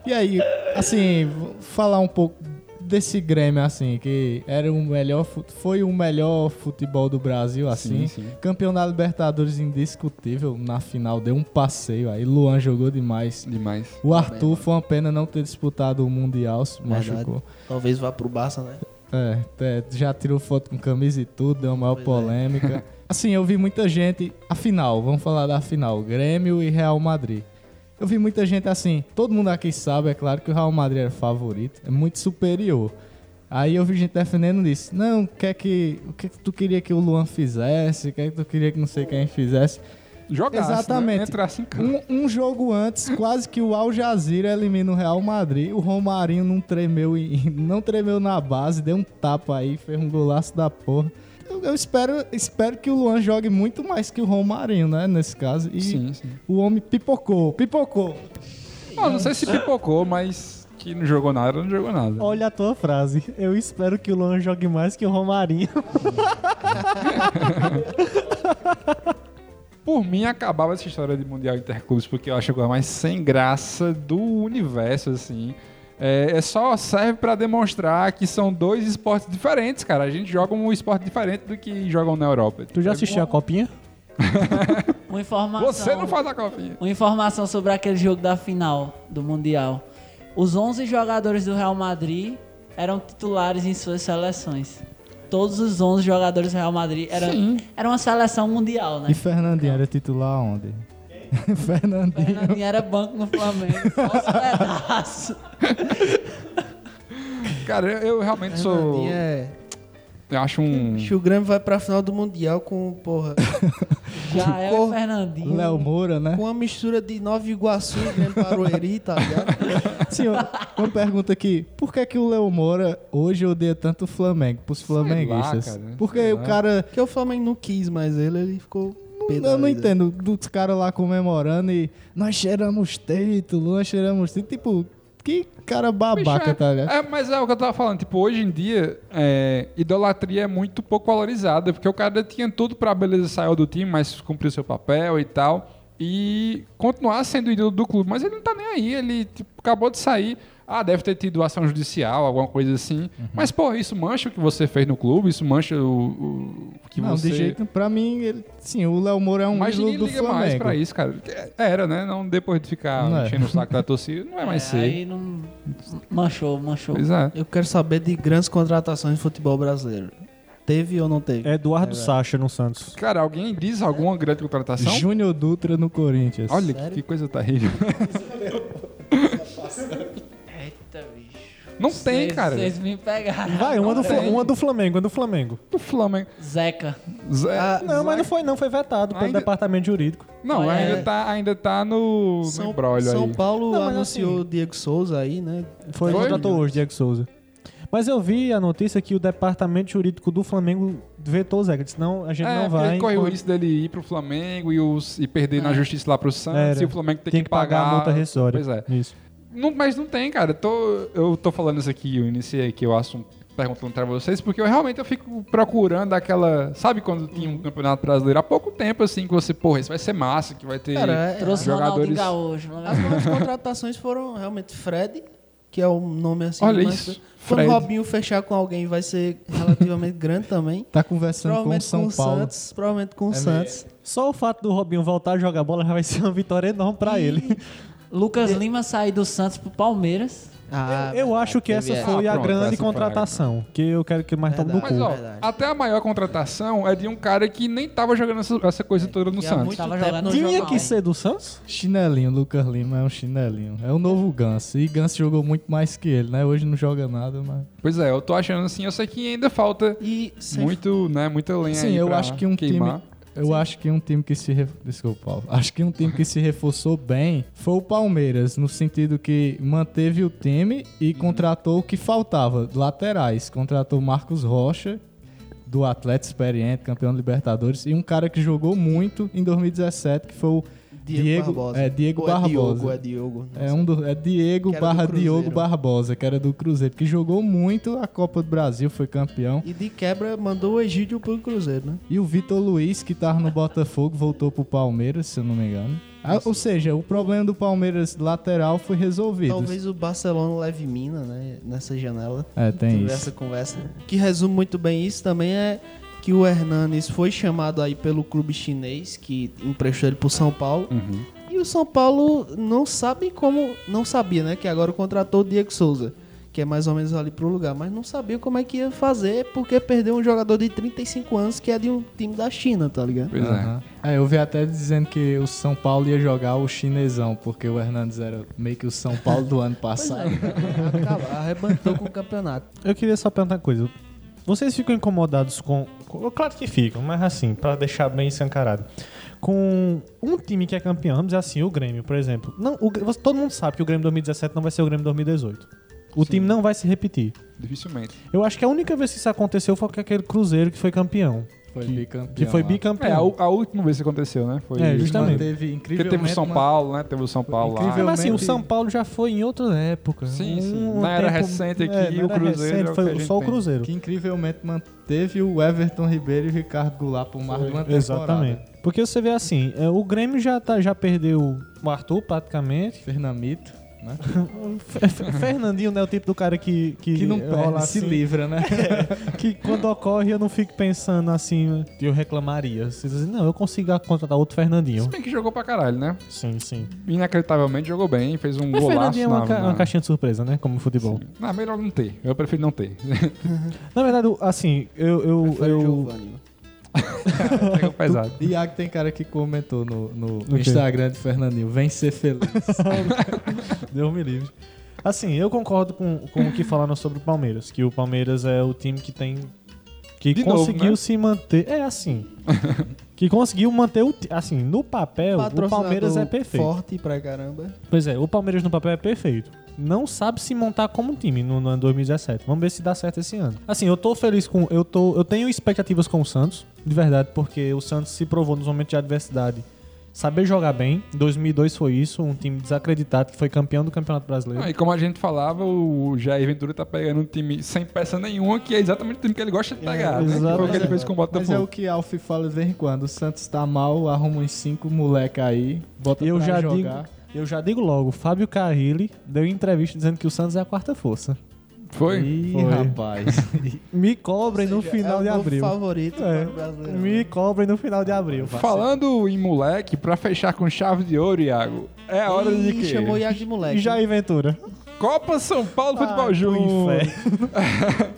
[SPEAKER 9] E aí, assim, vou falar um pouco desse Grêmio, assim, que era o melhor, fut- foi o melhor futebol do Brasil, assim.
[SPEAKER 7] sim.
[SPEAKER 9] Campeão da Libertadores indiscutível, na final deu um passeio aí, Luan jogou demais.
[SPEAKER 7] Demais.
[SPEAKER 8] Tá
[SPEAKER 9] O Arthur foi uma pena não ter disputado o Mundial, se machucou.
[SPEAKER 8] Talvez vá pro Barça, né?
[SPEAKER 9] É, é, já tirou foto com camisa e tudo, deu uma maior
[SPEAKER 8] Pois é.
[SPEAKER 9] polêmica. Assim, eu vi muita gente. A final, vamos falar da final: Grêmio e Real Madrid. Eu vi muita gente assim. Todo mundo aqui sabe, é claro, que o Real Madrid era favorito, é muito superior. Aí eu vi gente defendendo isso. Não, o que é que, o que, é que tu queria que o Luan fizesse? O que é que tu queria que não sei quem fizesse?
[SPEAKER 7] Jogasse,
[SPEAKER 9] Exatamente.
[SPEAKER 7] Né? Entrasse em campo.
[SPEAKER 9] Um, um jogo antes, quase que o Al Jazeera elimina o Real Madrid. O Romarinho não tremeu, em- não tremeu na base, deu um tapa aí, fez um golaço da porra. Eu, eu espero, espero que o Luan jogue muito mais que o Romarinho, né? Nesse caso. E
[SPEAKER 7] Sim, sim.
[SPEAKER 9] o homem pipocou, pipocou.
[SPEAKER 7] Ah, não sei se pipocou, mas que não jogou nada, não jogou nada.
[SPEAKER 4] Olha a tua frase. Eu espero que o Luan jogue mais que o Romarinho.
[SPEAKER 7] Por mim, acabava essa história de Mundial Interclubes, porque eu acho a coisa mais sem graça do universo, assim. É, é só serve pra demonstrar que são dois esportes diferentes, cara. A gente joga um esporte diferente do que jogam na Europa.
[SPEAKER 4] Tu já assistiu a copinha?
[SPEAKER 3] Uma informação.
[SPEAKER 7] Você não faz a copinha.
[SPEAKER 3] Uma informação sobre aquele jogo da final do Mundial. Os 11 jogadores do Real Madrid eram titulares em suas seleções. Todos os 11 jogadores do Real Madrid eram, era uma seleção mundial, né?
[SPEAKER 9] E Fernandinho era titular onde? Fernandinho.
[SPEAKER 3] Fernandinho era banco no Flamengo. Só os pedaços.
[SPEAKER 7] Cara, eu, eu realmente sou.
[SPEAKER 8] Fernandinho é...
[SPEAKER 7] Eu acho um.
[SPEAKER 8] Acho que o Grêmio vai pra final do Mundial com, porra,
[SPEAKER 3] Já é o
[SPEAKER 8] Ficou.
[SPEAKER 3] Fernandinho.
[SPEAKER 9] Léo Moura, né?
[SPEAKER 8] com uma mistura de Nova Iguaçu e Grêmio Paroeri, tá ligado?
[SPEAKER 9] Sim, uma uma pergunta aqui. Por que, que o Léo Moura hoje odeia tanto o Flamengo? Pros flamenguistas.
[SPEAKER 7] cara,
[SPEAKER 9] Porque
[SPEAKER 7] sei
[SPEAKER 9] o
[SPEAKER 7] lá.
[SPEAKER 9] cara.
[SPEAKER 8] Porque o Flamengo não quis mais ele, ele ficou... pé da
[SPEAKER 9] Eu não
[SPEAKER 8] vida.
[SPEAKER 9] entendo dos caras lá comemorando e nós cheiramos título, nós cheiramos título. Tipo, que cara
[SPEAKER 7] Bicho,
[SPEAKER 9] babaca,
[SPEAKER 7] é-
[SPEAKER 9] tá ligado?
[SPEAKER 7] É, mas é o que eu tava falando. Tipo, hoje em dia, é, idolatria é muito pouco valorizada, porque o cara tinha tudo pra beleza saiu do time, mas cumpriu seu papel e tal. E continuar sendo ídolo do clube. Mas ele não tá nem aí, ele tipo, acabou de sair. Ah, deve ter tido ação judicial, alguma coisa assim.
[SPEAKER 9] Uhum.
[SPEAKER 7] Mas, pô, isso mancha o que você fez no clube, isso mancha o, o que
[SPEAKER 9] não,
[SPEAKER 7] você...
[SPEAKER 9] de jeito Pra mim, ele- sim, o Léo Moura é um
[SPEAKER 7] Mas
[SPEAKER 9] ídolo
[SPEAKER 7] ninguém
[SPEAKER 9] do
[SPEAKER 7] liga mais pra
[SPEAKER 9] Flamengo.
[SPEAKER 7] isso, cara. Era, né? Não, depois de ficar
[SPEAKER 9] Não é.
[SPEAKER 7] enchendo o saco da torcida, não é mais
[SPEAKER 3] É,
[SPEAKER 7] ser.
[SPEAKER 3] aí não. Manchou, manchou.
[SPEAKER 7] Pois é.
[SPEAKER 8] Eu quero saber de grandes contratações de futebol brasileiro. Teve ou não teve?
[SPEAKER 4] Eduardo
[SPEAKER 7] É,
[SPEAKER 4] Sacha no Santos.
[SPEAKER 7] Cara, alguém diz alguma grande contratação?
[SPEAKER 9] Júnior Dutra no Corinthians.
[SPEAKER 7] Olha que- que coisa terrível.
[SPEAKER 3] Eita, bicho.
[SPEAKER 7] Não tem, cara.
[SPEAKER 3] Vocês me pegaram.
[SPEAKER 4] Vai, uma do, Fla-
[SPEAKER 7] tem.
[SPEAKER 4] uma do Flamengo, uma do Flamengo.
[SPEAKER 7] Do Flamengo.
[SPEAKER 3] Zeca.
[SPEAKER 7] Zé-
[SPEAKER 4] Não, mas não foi não, foi vetado pelo
[SPEAKER 7] Ainda-
[SPEAKER 4] departamento jurídico.
[SPEAKER 7] Não,
[SPEAKER 3] Olha,
[SPEAKER 7] ainda
[SPEAKER 8] é.
[SPEAKER 7] tá, ainda tá no, no embrólio
[SPEAKER 8] um São
[SPEAKER 7] aí.
[SPEAKER 8] Paulo
[SPEAKER 4] Não, mas
[SPEAKER 8] anunciou
[SPEAKER 4] assim-
[SPEAKER 8] o Diego Souza aí, né?
[SPEAKER 4] Foi,
[SPEAKER 7] Foi?
[SPEAKER 4] contratou hoje, Diego Souza. Mas eu vi a notícia que o departamento jurídico do Flamengo vetou o Zeca. Disse, não, a gente
[SPEAKER 7] É, porque
[SPEAKER 4] não vai. então
[SPEAKER 7] ele correu
[SPEAKER 4] enquanto-
[SPEAKER 7] isso dele ir pro Flamengo e, os, e perder na justiça lá pro Santos
[SPEAKER 4] Era.
[SPEAKER 7] e o Flamengo ter
[SPEAKER 4] Tem que pagar, a multa rescisória.
[SPEAKER 7] Pois é.
[SPEAKER 4] Isso.
[SPEAKER 7] Não- mas não tem, cara. Tô- eu tô falando isso aqui, eu iniciei aqui o assunto perguntando pra vocês, porque eu realmente eu fico procurando aquela... Sabe quando tinha um campeonato brasileiro há pouco tempo, assim, que você, porra, isso vai ser massa, que vai ter...
[SPEAKER 8] Cara, é,
[SPEAKER 3] Trouxe o Ronaldinho
[SPEAKER 7] Jogadores-
[SPEAKER 3] Gaúcho. não é?
[SPEAKER 8] as novas contratações foram realmente Fred, que é o nome assim.
[SPEAKER 7] Olha
[SPEAKER 8] mas
[SPEAKER 7] isso,
[SPEAKER 8] Quando
[SPEAKER 7] Fred.
[SPEAKER 8] o Robinho fechar com alguém, vai ser relativamente grande também.
[SPEAKER 9] Tá conversando com o
[SPEAKER 8] Provavelmente com, É
[SPEAKER 9] São
[SPEAKER 8] o
[SPEAKER 9] Paulo.
[SPEAKER 8] Santos. Provavelmente com o Santos.
[SPEAKER 4] Só o fato do Robinho voltar a jogar bola já vai ser uma vitória enorme pra ele.
[SPEAKER 3] Lucas Lima sair do Santos pro Palmeiras.
[SPEAKER 8] Ah,
[SPEAKER 4] Eu acho que essa
[SPEAKER 8] teve-
[SPEAKER 4] foi
[SPEAKER 7] Ah,
[SPEAKER 4] a
[SPEAKER 7] pronto,
[SPEAKER 4] grande
[SPEAKER 7] essa foi a-
[SPEAKER 4] contratação, que eu quero que mais tome no
[SPEAKER 7] Mas, ó,
[SPEAKER 4] cu.
[SPEAKER 8] Verdade.
[SPEAKER 7] até a maior contratação é de um cara que nem tava jogando essa, essa coisa toda no
[SPEAKER 8] que há
[SPEAKER 7] Santos.
[SPEAKER 8] É, muito
[SPEAKER 3] Tava
[SPEAKER 8] tempo
[SPEAKER 3] jogando
[SPEAKER 8] não
[SPEAKER 3] no
[SPEAKER 4] Tinha
[SPEAKER 3] jogo
[SPEAKER 4] é que ser do Santos?
[SPEAKER 9] Chinelinho, Lucas Lima é um chinelinho. É o novo Ganso. E Ganso jogou muito mais que ele, né? Hoje não joga nada, mas.
[SPEAKER 7] Pois é, eu tô achando assim, eu sei que ainda falta
[SPEAKER 8] E sem
[SPEAKER 7] muito, né, muita lenha
[SPEAKER 9] Sim,
[SPEAKER 7] aí
[SPEAKER 9] eu
[SPEAKER 7] pra
[SPEAKER 9] acho que um
[SPEAKER 7] queimar.
[SPEAKER 9] time. Eu acho que um time que se. Ref... Desculpa, Paulo. Acho que um time que se reforçou bem foi o Palmeiras, no sentido que manteve o time e
[SPEAKER 8] Uhum.
[SPEAKER 9] contratou o que faltava. Laterais. Contratou Marcos Rocha, do Atlético Experiente, campeão da Libertadores, e um cara que jogou muito em 2017, que foi o
[SPEAKER 8] Diego,
[SPEAKER 9] Diego-
[SPEAKER 8] Barbosa.
[SPEAKER 9] é, Diego
[SPEAKER 8] Ou é Diogo,
[SPEAKER 9] Barbosa.
[SPEAKER 8] é Diogo.
[SPEAKER 9] É, um do- é Diego
[SPEAKER 8] Que era do
[SPEAKER 9] barra
[SPEAKER 8] Cruzeiro.
[SPEAKER 9] Diogo Barbosa, que era do Cruzeiro, que jogou muito a Copa do Brasil, foi campeão.
[SPEAKER 8] E de quebra mandou o Egídio pro Cruzeiro, né?
[SPEAKER 9] E o Vitor Luiz, que tava no Botafogo, voltou pro Palmeiras, se eu não me engano. Ah, ou seja, o problema do Palmeiras lateral foi resolvido.
[SPEAKER 8] Talvez o Barcelona leve Mina, né? Nessa janela.
[SPEAKER 9] É, tem
[SPEAKER 8] Teve essa
[SPEAKER 9] isso.
[SPEAKER 8] conversa. O que resume muito bem isso também é que o Hernanes foi chamado aí pelo clube chinês que emprestou ele pro São Paulo.
[SPEAKER 9] Uhum.
[SPEAKER 8] E o São Paulo não sabe como. Não sabia, né? Que agora contratou o Diego Souza, que é mais ou menos ali pro lugar. Mas não sabia como é que ia fazer, porque perdeu um jogador de 35 anos que é de um time da China, tá ligado?
[SPEAKER 7] Pois é.
[SPEAKER 9] Aham. É, eu vi até dizendo que o São Paulo ia jogar o chinesão, porque o Hernandes era meio que o São Paulo do ano
[SPEAKER 4] é.
[SPEAKER 9] passado.
[SPEAKER 8] Acabou, arrebentou com o campeonato.
[SPEAKER 4] Eu queria só perguntar uma coisa. Vocês ficam incomodados com. com- Claro que ficam, mas assim, pra deixar bem escancarado. Com um time que é campeão, vamos dizer assim, o Grêmio, por exemplo. Não, o Grê- você- todo mundo sabe que o Grêmio 2017 não vai ser o Grêmio 2018. O time não vai se repetir.
[SPEAKER 7] Dificilmente.
[SPEAKER 4] Eu acho que a única vez que isso aconteceu foi com aquele Cruzeiro que foi campeão.
[SPEAKER 9] Foi
[SPEAKER 4] que,
[SPEAKER 9] bicampeão.
[SPEAKER 4] que foi
[SPEAKER 9] lá.
[SPEAKER 7] É, a,
[SPEAKER 4] bicampeão.
[SPEAKER 7] u- a última vez que aconteceu, né? Foi
[SPEAKER 4] É, justamente.
[SPEAKER 9] Manteve
[SPEAKER 7] Porque
[SPEAKER 9] incrivelmente...
[SPEAKER 7] teve o São
[SPEAKER 9] uma-
[SPEAKER 7] Paulo, né? Teve o São Paulo lá.
[SPEAKER 9] incrível.
[SPEAKER 4] mas assim, o
[SPEAKER 9] realmente-
[SPEAKER 4] São Paulo já foi em Um outras épocas.
[SPEAKER 7] Sim, sim. Na era recente aqui,
[SPEAKER 4] na
[SPEAKER 7] o
[SPEAKER 4] era
[SPEAKER 7] Cruzeiro é o
[SPEAKER 4] foi
[SPEAKER 7] que a gente
[SPEAKER 4] só o
[SPEAKER 7] tem.
[SPEAKER 4] Cruzeiro.
[SPEAKER 9] Que incrivelmente manteve o Everton Ribeiro e o Ricardo Goulart por mais de uma temporada.
[SPEAKER 4] Exatamente. Porque você vê assim, é, o Grêmio já, tá, já perdeu o Arthur praticamente.
[SPEAKER 9] Fernamito, né?
[SPEAKER 4] Fe- Fe- Fernandinho né, é o tipo do cara que. Que,
[SPEAKER 9] Que não
[SPEAKER 4] rola
[SPEAKER 9] perde, se
[SPEAKER 4] assim,
[SPEAKER 9] livra, né?
[SPEAKER 4] Que quando ocorre eu não fico pensando assim, eu reclamaria. Você diz assim, não, eu consigo contratar outro
[SPEAKER 7] Se
[SPEAKER 4] Fernandinho.
[SPEAKER 7] bem que jogou pra caralho, né?
[SPEAKER 4] Sim, sim.
[SPEAKER 7] Inacreditavelmente jogou bem, fez um
[SPEAKER 4] Mas
[SPEAKER 7] golaço
[SPEAKER 4] Fernandinho é uma,
[SPEAKER 7] na,
[SPEAKER 4] ca-
[SPEAKER 7] na-
[SPEAKER 4] uma caixinha de surpresa, né? Como futebol.
[SPEAKER 7] Ah, melhor não ter. Eu prefiro não ter.
[SPEAKER 4] Na verdade, eu- assim, eu. eu,
[SPEAKER 8] Foi o
[SPEAKER 4] eu
[SPEAKER 8] Giovanni.
[SPEAKER 7] Pega pesado.
[SPEAKER 9] Iago tem cara que comentou no, no
[SPEAKER 4] quê?
[SPEAKER 9] Instagram de Fernandinho, vem ser feliz.
[SPEAKER 4] Deus me livre. Assim, eu concordo com, com o que falaram sobre o Palmeiras, que o Palmeiras é o time que tem. que
[SPEAKER 7] De novo,
[SPEAKER 4] conseguiu
[SPEAKER 7] né?
[SPEAKER 4] se manter. É assim. que conseguiu manter o. ti- Assim, no papel, o
[SPEAKER 8] Patrocinador
[SPEAKER 4] Palmeiras é perfeito.
[SPEAKER 8] Forte pra caramba.
[SPEAKER 4] Pois é, o Palmeiras no papel é perfeito. Não sabe se montar como um time no, no ano 2017. Vamos ver se dá certo esse ano. Assim, eu tô feliz com. Eu, tô, eu tenho expectativas com o Santos, de verdade, porque o Santos se provou nos momentos de adversidade. Saber jogar bem. Em 2002 foi isso, um time desacreditado que foi campeão do Campeonato Brasileiro.
[SPEAKER 7] Ah, e como a gente falava, o Jair Ventura tá pegando um time sem peça nenhuma, que é exatamente o time que ele gosta de pegar. né? Que Foi o que ele
[SPEAKER 4] exatamente.
[SPEAKER 7] fez com o
[SPEAKER 9] Mas é o
[SPEAKER 7] Botafogo.
[SPEAKER 9] que Alf fala de vez em quando, o Santos tá mal, arruma uns cinco moleque aí, bota
[SPEAKER 4] E eu
[SPEAKER 9] pra
[SPEAKER 4] já
[SPEAKER 9] jogar.
[SPEAKER 4] digo, eu já digo logo, Fábio Carrilli deu entrevista dizendo que o Santos é a quarta força.
[SPEAKER 7] Foi?
[SPEAKER 9] Ih,
[SPEAKER 4] Foi.
[SPEAKER 9] rapaz.
[SPEAKER 4] Me cobrem no
[SPEAKER 8] Já
[SPEAKER 4] final
[SPEAKER 8] é o
[SPEAKER 4] de
[SPEAKER 8] meu
[SPEAKER 4] abril.
[SPEAKER 8] favorito
[SPEAKER 4] É.
[SPEAKER 8] para o brasileiro. né?
[SPEAKER 4] Me cobrem no final de abril.
[SPEAKER 7] Falando em moleque, pra fechar com chave de ouro, Iago, é hora de
[SPEAKER 8] Ih,
[SPEAKER 7] que
[SPEAKER 8] chamou o Iago de
[SPEAKER 4] E é
[SPEAKER 8] moleque.
[SPEAKER 4] Jair Ventura.
[SPEAKER 7] Copa São Paulo Futebol Júnior.
[SPEAKER 4] é.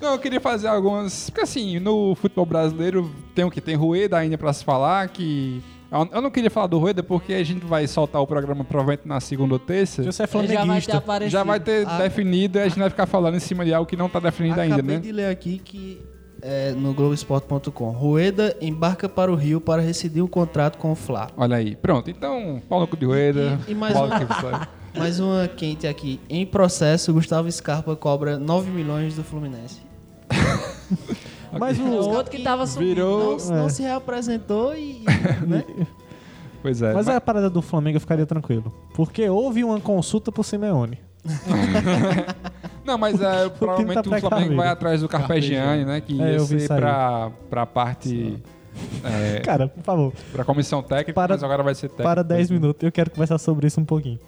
[SPEAKER 7] Não, eu queria fazer algumas. Porque assim, no futebol brasileiro tem o que? Tem Rueda ainda pra se falar, que. Eu eu não queria falar do Rueda porque a gente vai soltar o programa provavelmente na segunda ou terça.
[SPEAKER 4] Você é
[SPEAKER 3] Ele já vai ter
[SPEAKER 4] flamenguista.
[SPEAKER 3] aparecido.
[SPEAKER 7] Já vai ter
[SPEAKER 8] Ah.
[SPEAKER 7] definido e a gente vai ficar falando em cima de algo que não tá definido
[SPEAKER 8] Acabei
[SPEAKER 7] ainda, né?
[SPEAKER 8] de ler aqui que é, no Globoesporte.com. Rueda embarca para o Rio para rescindir um contrato com o Fla.
[SPEAKER 7] Olha aí. Pronto, então, pau no cu de Rueda.
[SPEAKER 8] E- e mais
[SPEAKER 7] Paulo
[SPEAKER 8] um.
[SPEAKER 7] que sai.
[SPEAKER 8] Mais uma quente aqui. Em processo, Gustavo Scarpa cobra 9 milhões do Fluminense.
[SPEAKER 4] Mas
[SPEAKER 3] É
[SPEAKER 4] o.
[SPEAKER 3] outro que tava subindo.
[SPEAKER 7] Virou.
[SPEAKER 8] Não,
[SPEAKER 4] é.
[SPEAKER 8] não se reapresentou e. né?
[SPEAKER 7] Pois é.
[SPEAKER 4] Mas a parada do Flamengo eu ficaria tranquilo. Porque houve uma consulta pro Simeone.
[SPEAKER 7] Não, mas é,
[SPEAKER 4] tá
[SPEAKER 7] provavelmente o
[SPEAKER 4] precavido.
[SPEAKER 7] Flamengo vai atrás do Carpegiani, né? Que
[SPEAKER 4] Tá É,
[SPEAKER 7] ia
[SPEAKER 4] eu vi
[SPEAKER 7] ser
[SPEAKER 4] isso aí.
[SPEAKER 7] pra, pra parte. É,
[SPEAKER 4] Cara, por favor,
[SPEAKER 7] pra comissão técnica,
[SPEAKER 4] Para-
[SPEAKER 7] mas agora vai ser técnica.
[SPEAKER 4] para 10 minutos. Eu quero conversar sobre isso um pouquinho.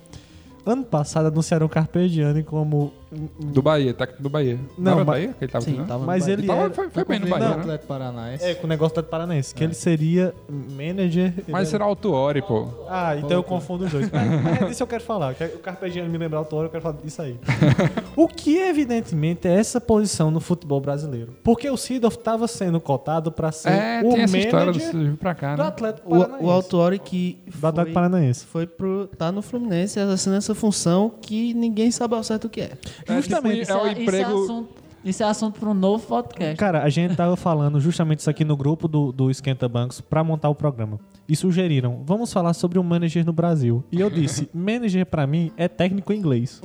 [SPEAKER 4] ano passado anunciaram o Carpegiani como. um-
[SPEAKER 7] Do Bahia, técnico do Bahia.
[SPEAKER 4] Não,
[SPEAKER 7] era
[SPEAKER 4] mas-
[SPEAKER 7] Bahia que ele tava aqui,
[SPEAKER 8] Sim,
[SPEAKER 7] né?
[SPEAKER 8] tava no
[SPEAKER 4] Mas
[SPEAKER 8] Bahia.
[SPEAKER 4] ele
[SPEAKER 7] Ele tava-
[SPEAKER 4] era-
[SPEAKER 7] foi,
[SPEAKER 9] Tá
[SPEAKER 7] foi bem no
[SPEAKER 9] conveniente,
[SPEAKER 7] Bahia, né?
[SPEAKER 9] Atlético Paranaense.
[SPEAKER 4] É, com o negócio do Paranaense, que ele seria manager. né, ele
[SPEAKER 7] Mas
[SPEAKER 4] era-
[SPEAKER 7] será o Tuori, pô.
[SPEAKER 4] Ah, então eu confundo os dois. Mas, mas disso eu quero falar. que O Carpegiani me lembrar o Toro, eu quero falar disso aí. o que, evidentemente, é essa posição no futebol brasileiro. Porque o Seedorf estava sendo cotado para ser
[SPEAKER 7] É,
[SPEAKER 4] o
[SPEAKER 7] tem essa história do
[SPEAKER 4] manager
[SPEAKER 7] Silvio pra cá,
[SPEAKER 4] do
[SPEAKER 7] né?
[SPEAKER 4] Atlético Paranaense.
[SPEAKER 8] O, o Autori que
[SPEAKER 4] Do Atlético
[SPEAKER 8] foi,
[SPEAKER 4] Paranaense.
[SPEAKER 8] foi pro, tá no Fluminense exercendo essa função que ninguém sabe ao certo o que é.
[SPEAKER 7] É,
[SPEAKER 3] Isso
[SPEAKER 7] tipo, é o
[SPEAKER 3] Isso é
[SPEAKER 7] emprego
[SPEAKER 3] assunto, isso é assunto para um novo podcast.
[SPEAKER 4] Cara, a gente tava falando justamente isso aqui no grupo do, do Esquenta Bancos pra montar o programa. E sugeriram, vamos falar sobre o manager no Brasil. E eu disse, manager pra mim é técnico em inglês.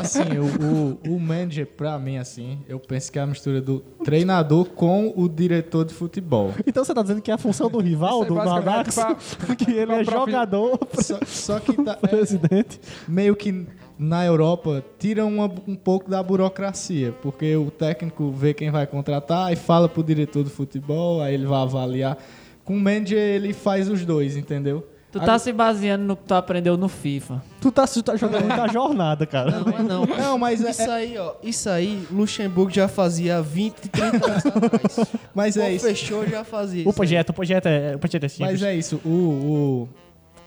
[SPEAKER 9] Assim, o, o, o manager, pra mim, assim, eu penso que é a mistura do treinador com o diretor de futebol.
[SPEAKER 4] Então você tá dizendo que é a função do
[SPEAKER 7] Isso
[SPEAKER 4] rival,
[SPEAKER 7] aí,
[SPEAKER 4] do do
[SPEAKER 7] basicamente,
[SPEAKER 4] Adax, que ele
[SPEAKER 7] pra
[SPEAKER 4] é
[SPEAKER 7] profi-
[SPEAKER 4] jogador,
[SPEAKER 9] Só, só que tá, é,
[SPEAKER 4] presidente.
[SPEAKER 9] meio que na Europa tira uma- um pouco da burocracia, porque o técnico vê quem vai contratar e fala pro diretor do futebol, aí ele vai avaliar. Com o manager ele faz os dois, entendeu?
[SPEAKER 3] Tu tá se baseando no que tu aprendeu no FIFA.
[SPEAKER 4] Tu tá, tu tá jogando muita jornada, cara.
[SPEAKER 8] Não, é não.
[SPEAKER 9] Não, mas é,
[SPEAKER 8] Isso aí, ó, isso aí, Luxemburgo já fazia há 20, 30 anos atrás.
[SPEAKER 9] mas é
[SPEAKER 8] Ou
[SPEAKER 9] isso.
[SPEAKER 8] fechou, já fazia
[SPEAKER 4] O
[SPEAKER 8] isso.
[SPEAKER 4] projeto, o projeto é, o projeto é simples.
[SPEAKER 9] Mas é isso, o, o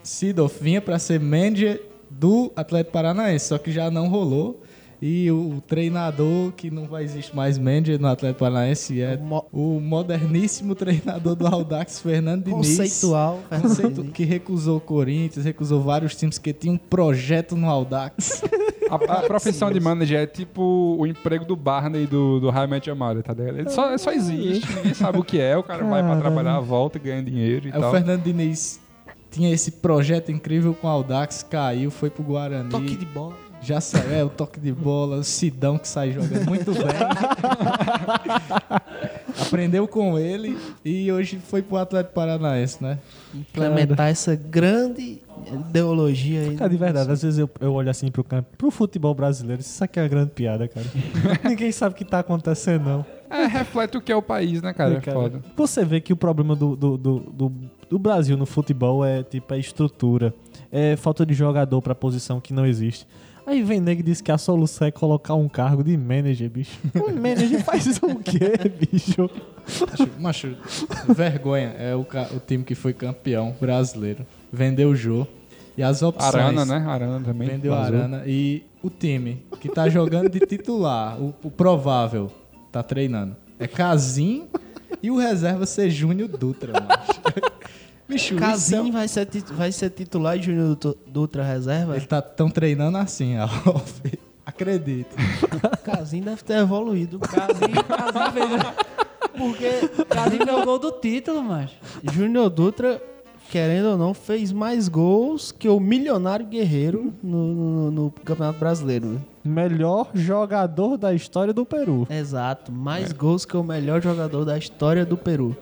[SPEAKER 9] Seedorf vinha para ser manager do Atlético Paranaense, só que já não rolou. E o, o treinador, que não vai existir mais manager no Atlético Paranaense, é
[SPEAKER 8] O mo-
[SPEAKER 9] o moderníssimo treinador do Audax, Fernando Diniz.
[SPEAKER 8] Conceitual. né?
[SPEAKER 9] Conceito que recusou o Corinthians, recusou vários times que tinha um projeto no Audax.
[SPEAKER 7] A, a profissão de manager é tipo o emprego do Barney do, do High Match Amada, tá ligado? Ele só, só existe, ninguém sabe o que é, o cara vai pra trabalhar, volta, ganha dinheiro e
[SPEAKER 9] Aí É o
[SPEAKER 7] tal.
[SPEAKER 9] Fernando Diniz tinha esse projeto incrível com o Audax, caiu, foi pro Guarani.
[SPEAKER 8] Toque de bola.
[SPEAKER 9] Já saiu, é, o toque de bola, o Sidão que sai jogando muito bem. Aprendeu com ele e hoje foi pro Atlético Paranaense, né?
[SPEAKER 8] Implementar essa grande ideologia aí.
[SPEAKER 4] Cara, de verdade, às vezes eu, eu olho assim pro campo, pro futebol brasileiro, isso aqui é uma grande piada, cara. Ninguém sabe o que tá acontecendo, não.
[SPEAKER 7] É, reflete o que é o país, né, cara? É,
[SPEAKER 4] Cara,
[SPEAKER 7] foda.
[SPEAKER 4] Você vê que o problema do, do, do, do, do Brasil no futebol é tipo a estrutura, é falta de jogador pra posição que não existe. Aí vem nego e diz que a solução é colocar um cargo de manager, bicho. Um manager faz o quê, bicho?
[SPEAKER 9] Acho- Macho, vergonha. É o, ca- o time que foi campeão brasileiro. Vendeu o Jô. E as opções.
[SPEAKER 7] Arana, né? Arana também.
[SPEAKER 9] Vendeu a
[SPEAKER 7] Vazou.
[SPEAKER 9] Arana. E o time que tá jogando de titular, o, o provável, tá treinando. É Casim e o reserva ser Júnior Dutra, macho. Bicho, isso é um-
[SPEAKER 8] Casim vai ser, tit- vai ser titular e Júnior Dutra- Dutra reserva.
[SPEAKER 9] Ele tá tão treinando assim, Alf. Acredito.
[SPEAKER 8] Casim deve ter evoluído.
[SPEAKER 3] Casim, Casim fez. Porque Casim fez o gol do título, mas.
[SPEAKER 8] Júnior Dutra, querendo ou não, fez mais gols que o Milionário Guerreiro no, no- no Campeonato Brasileiro. né?
[SPEAKER 4] Melhor jogador da história do Peru.
[SPEAKER 8] Exato, mais gols que o melhor jogador da história do Peru.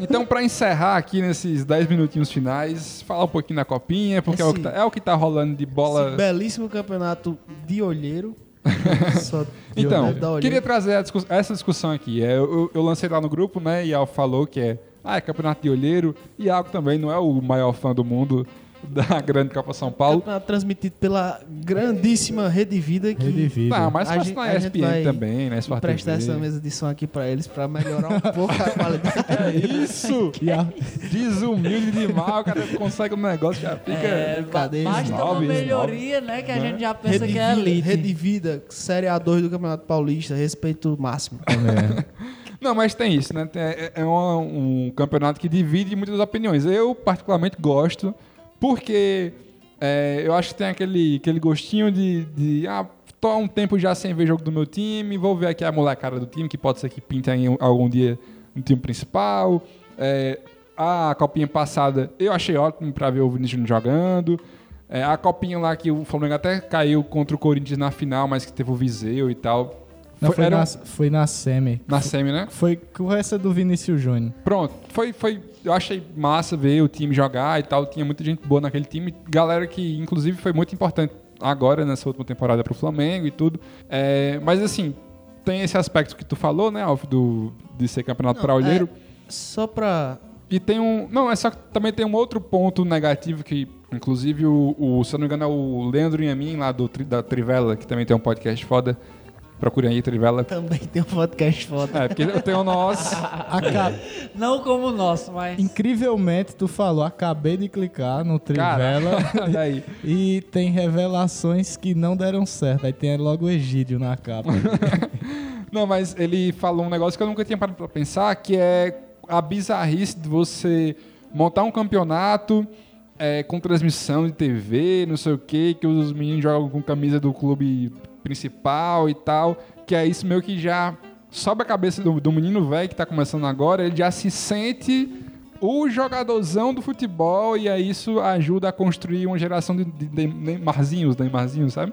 [SPEAKER 7] Então, pra encerrar aqui nesses 10 minutinhos finais, falar um pouquinho da copinha, porque é, o que tá,
[SPEAKER 8] Esse-
[SPEAKER 7] é o que tá rolando de
[SPEAKER 8] Esse
[SPEAKER 7] bola.
[SPEAKER 8] belíssimo campeonato de olheiro. Só
[SPEAKER 7] Então,
[SPEAKER 8] deve dar olheiro.
[SPEAKER 7] queria trazer a discuss- essa discussão aqui. É, eu, eu lancei lá no grupo, né? E Al falou que é, ah, é campeonato de olheiro. E Al também não é o maior fã do mundo da Grande Copa São Paulo.
[SPEAKER 8] Campeonato transmitido pela grandíssima Rede Vida que
[SPEAKER 4] Rede Vida.
[SPEAKER 7] Não, mas
[SPEAKER 8] A
[SPEAKER 7] faz
[SPEAKER 8] gente-
[SPEAKER 7] na
[SPEAKER 8] a gente
[SPEAKER 7] ESPN
[SPEAKER 8] vai
[SPEAKER 7] também, na Sport
[SPEAKER 8] presta
[SPEAKER 7] TV.
[SPEAKER 8] essa mesa de som aqui pra eles pra melhorar um pouco a qualidade.
[SPEAKER 7] É isso!
[SPEAKER 4] E a-
[SPEAKER 7] Desumilde demais, o cara consegue um negócio, já fica...
[SPEAKER 8] brincadeira,
[SPEAKER 3] É, basta uma
[SPEAKER 7] esnobe,
[SPEAKER 3] melhoria, né? Que a gente já pensa
[SPEAKER 8] Rede
[SPEAKER 3] que é
[SPEAKER 8] Vida,
[SPEAKER 3] elite.
[SPEAKER 8] Rede Vida, Série A2 do Campeonato Paulista, respeito máximo.
[SPEAKER 7] Não, mas tem isso, né? Tem- é é uma- um campeonato que divide muitas opiniões. Eu, particularmente, gosto, porque é, eu acho que tem aquele, aquele gostinho de, de. Ah, tô há um tempo já sem ver jogo do meu time, vou ver aqui a molecada do time, que pode ser que pinte aí um- algum dia no time principal. É, a copinha passada eu achei ótimo pra ver o Vinícius Júnior jogando. É, a copinha lá que o Flamengo até caiu contra o Corinthians na final, mas que teve o Viseu e tal.
[SPEAKER 9] Não, foi,
[SPEAKER 7] era
[SPEAKER 9] na,
[SPEAKER 7] um-
[SPEAKER 9] foi na Semi.
[SPEAKER 7] na semi, né?
[SPEAKER 9] Foi com essa do Vinícius Júnior.
[SPEAKER 7] Pronto, foi, foi. Eu achei massa ver o time jogar e tal. Tinha muita gente boa naquele time. Galera que, inclusive, foi muito importante agora nessa última temporada pro Flamengo e tudo. É, mas assim, tem esse aspecto que tu falou, né, Alf, do, de ser campeonato pra olheiro.
[SPEAKER 8] Só pra.
[SPEAKER 7] E tem um. Não, é só que também tem um outro ponto negativo que Inclusive, o, o- se eu não me engano, é o Leandro Yamin, lá do, Tri- da Trivela, que também tem um podcast foda. Procurem aí, Trivela.
[SPEAKER 8] Também tem um podcast foda.
[SPEAKER 7] É, porque eu tenho o nosso. é.
[SPEAKER 3] Não como o nosso, mas.
[SPEAKER 9] Incrivelmente, tu falou, acabei de clicar no Trivela
[SPEAKER 7] Cara, olha aí.
[SPEAKER 9] e tem revelações que não deram certo. Aí tem logo o Egídio na capa.
[SPEAKER 7] Não, mas ele falou um negócio que eu nunca tinha parado pra pensar, que é a bizarrice de você montar um campeonato é, com transmissão de TV, não sei o quê, que os meninos jogam com camisa do clube principal e tal, que é isso meio que já sobe a cabeça do, do menino velho que tá começando agora, ele já se sente o jogadorzão do futebol e aí isso ajuda a construir uma geração de, de, de Neymarzinhos, Neymarzinhos, sabe?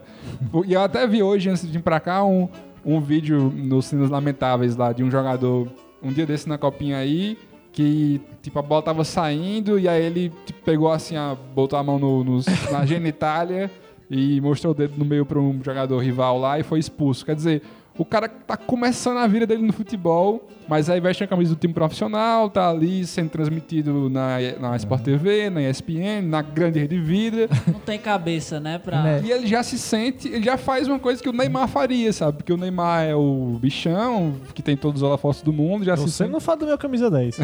[SPEAKER 7] E eu até vi hoje, antes de vir pra cá, um, um vídeo nos Sinos Lamentáveis lá de um jogador, um dia desse na copinha aí, que tipo a bola tava saindo e aí ele tipo, pegou assim, a, botou a mão no, nos- na genitália e mostrou o dedo no meio pra um jogador rival lá e foi expulso. Quer dizer, o cara tá começando a vida dele no futebol, mas aí veste a camisa do time profissional, tá ali sendo transmitido na,
[SPEAKER 4] É.
[SPEAKER 7] na Sport TV, na ESPN, na grande rede vida.
[SPEAKER 3] Não tem cabeça, né? Pra...
[SPEAKER 4] É.
[SPEAKER 9] Né?
[SPEAKER 7] E ele já se sente, ele já faz uma coisa que o Neymar faria, sabe? Porque o Neymar é o bichão, que tem todos os holofotes do mundo, já se
[SPEAKER 4] Você
[SPEAKER 7] sente.
[SPEAKER 4] não é, fala do meu camisa 10.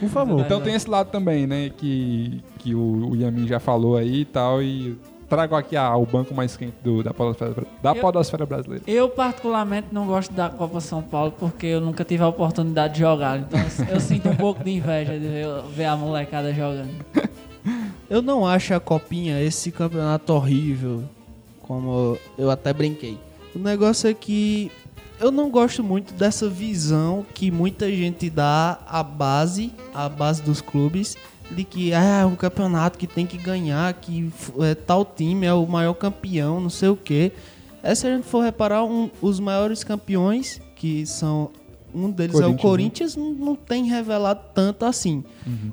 [SPEAKER 4] Por favor.
[SPEAKER 7] Então tem esse lado também, né? Que, que o, o Yamin já falou aí e tal, e trago aqui ah, o banco mais quente do- da, podosfera, da
[SPEAKER 3] Eu-
[SPEAKER 7] podosfera brasileira.
[SPEAKER 3] Eu, particularmente, não gosto da Copa São Paulo porque eu nunca tive a oportunidade de jogar. Então eu- eu sinto um pouco de inveja de ver, ver a molecada jogando.
[SPEAKER 8] Eu não acho a copinha esse campeonato horrível, como eu até brinquei. O negócio é que eu não gosto muito dessa visão que muita gente dá à base, à base dos clubes, de que ah, é um campeonato que tem que ganhar, que f- é, tal time é o maior campeão, não sei o quê. É, se a gente for reparar, um- os maiores campeões, que são. Um deles é o Corinthians, não, não tem revelado tanto assim.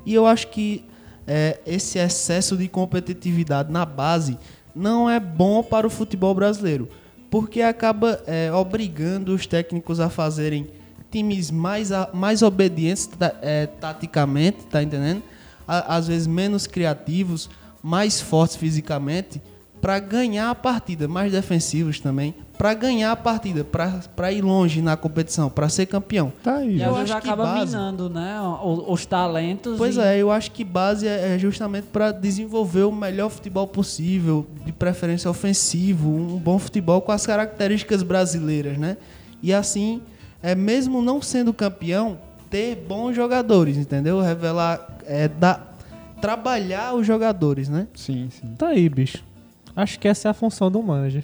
[SPEAKER 8] E eu acho que é, esse excesso de competitividade na base não é bom para o futebol brasileiro, porque acaba é, obrigando os técnicos a fazerem times mais, a- mais obedientes ta- é, taticamente, tá entendendo? A- às vezes menos criativos, mais fortes fisicamente, para ganhar a partida, mais defensivos também, para ganhar a partida, para ir longe na competição, para ser campeão.
[SPEAKER 4] Tá aí.
[SPEAKER 3] E
[SPEAKER 8] Eu
[SPEAKER 3] às vezes
[SPEAKER 8] acho que
[SPEAKER 3] acaba
[SPEAKER 8] base-
[SPEAKER 3] minando, né? o- Os, talentos.
[SPEAKER 8] Pois
[SPEAKER 3] e-
[SPEAKER 8] é, eu acho que base é é justamente para desenvolver o melhor futebol possível, de preferência ofensivo, um bom futebol com as características brasileiras, né? E assim, é mesmo não sendo campeão, ter bons jogadores, entendeu? Revelar, é, dar, trabalhar os jogadores, né?
[SPEAKER 7] Sim, sim.
[SPEAKER 4] Tá aí, bicho. Acho que essa é a função do manager.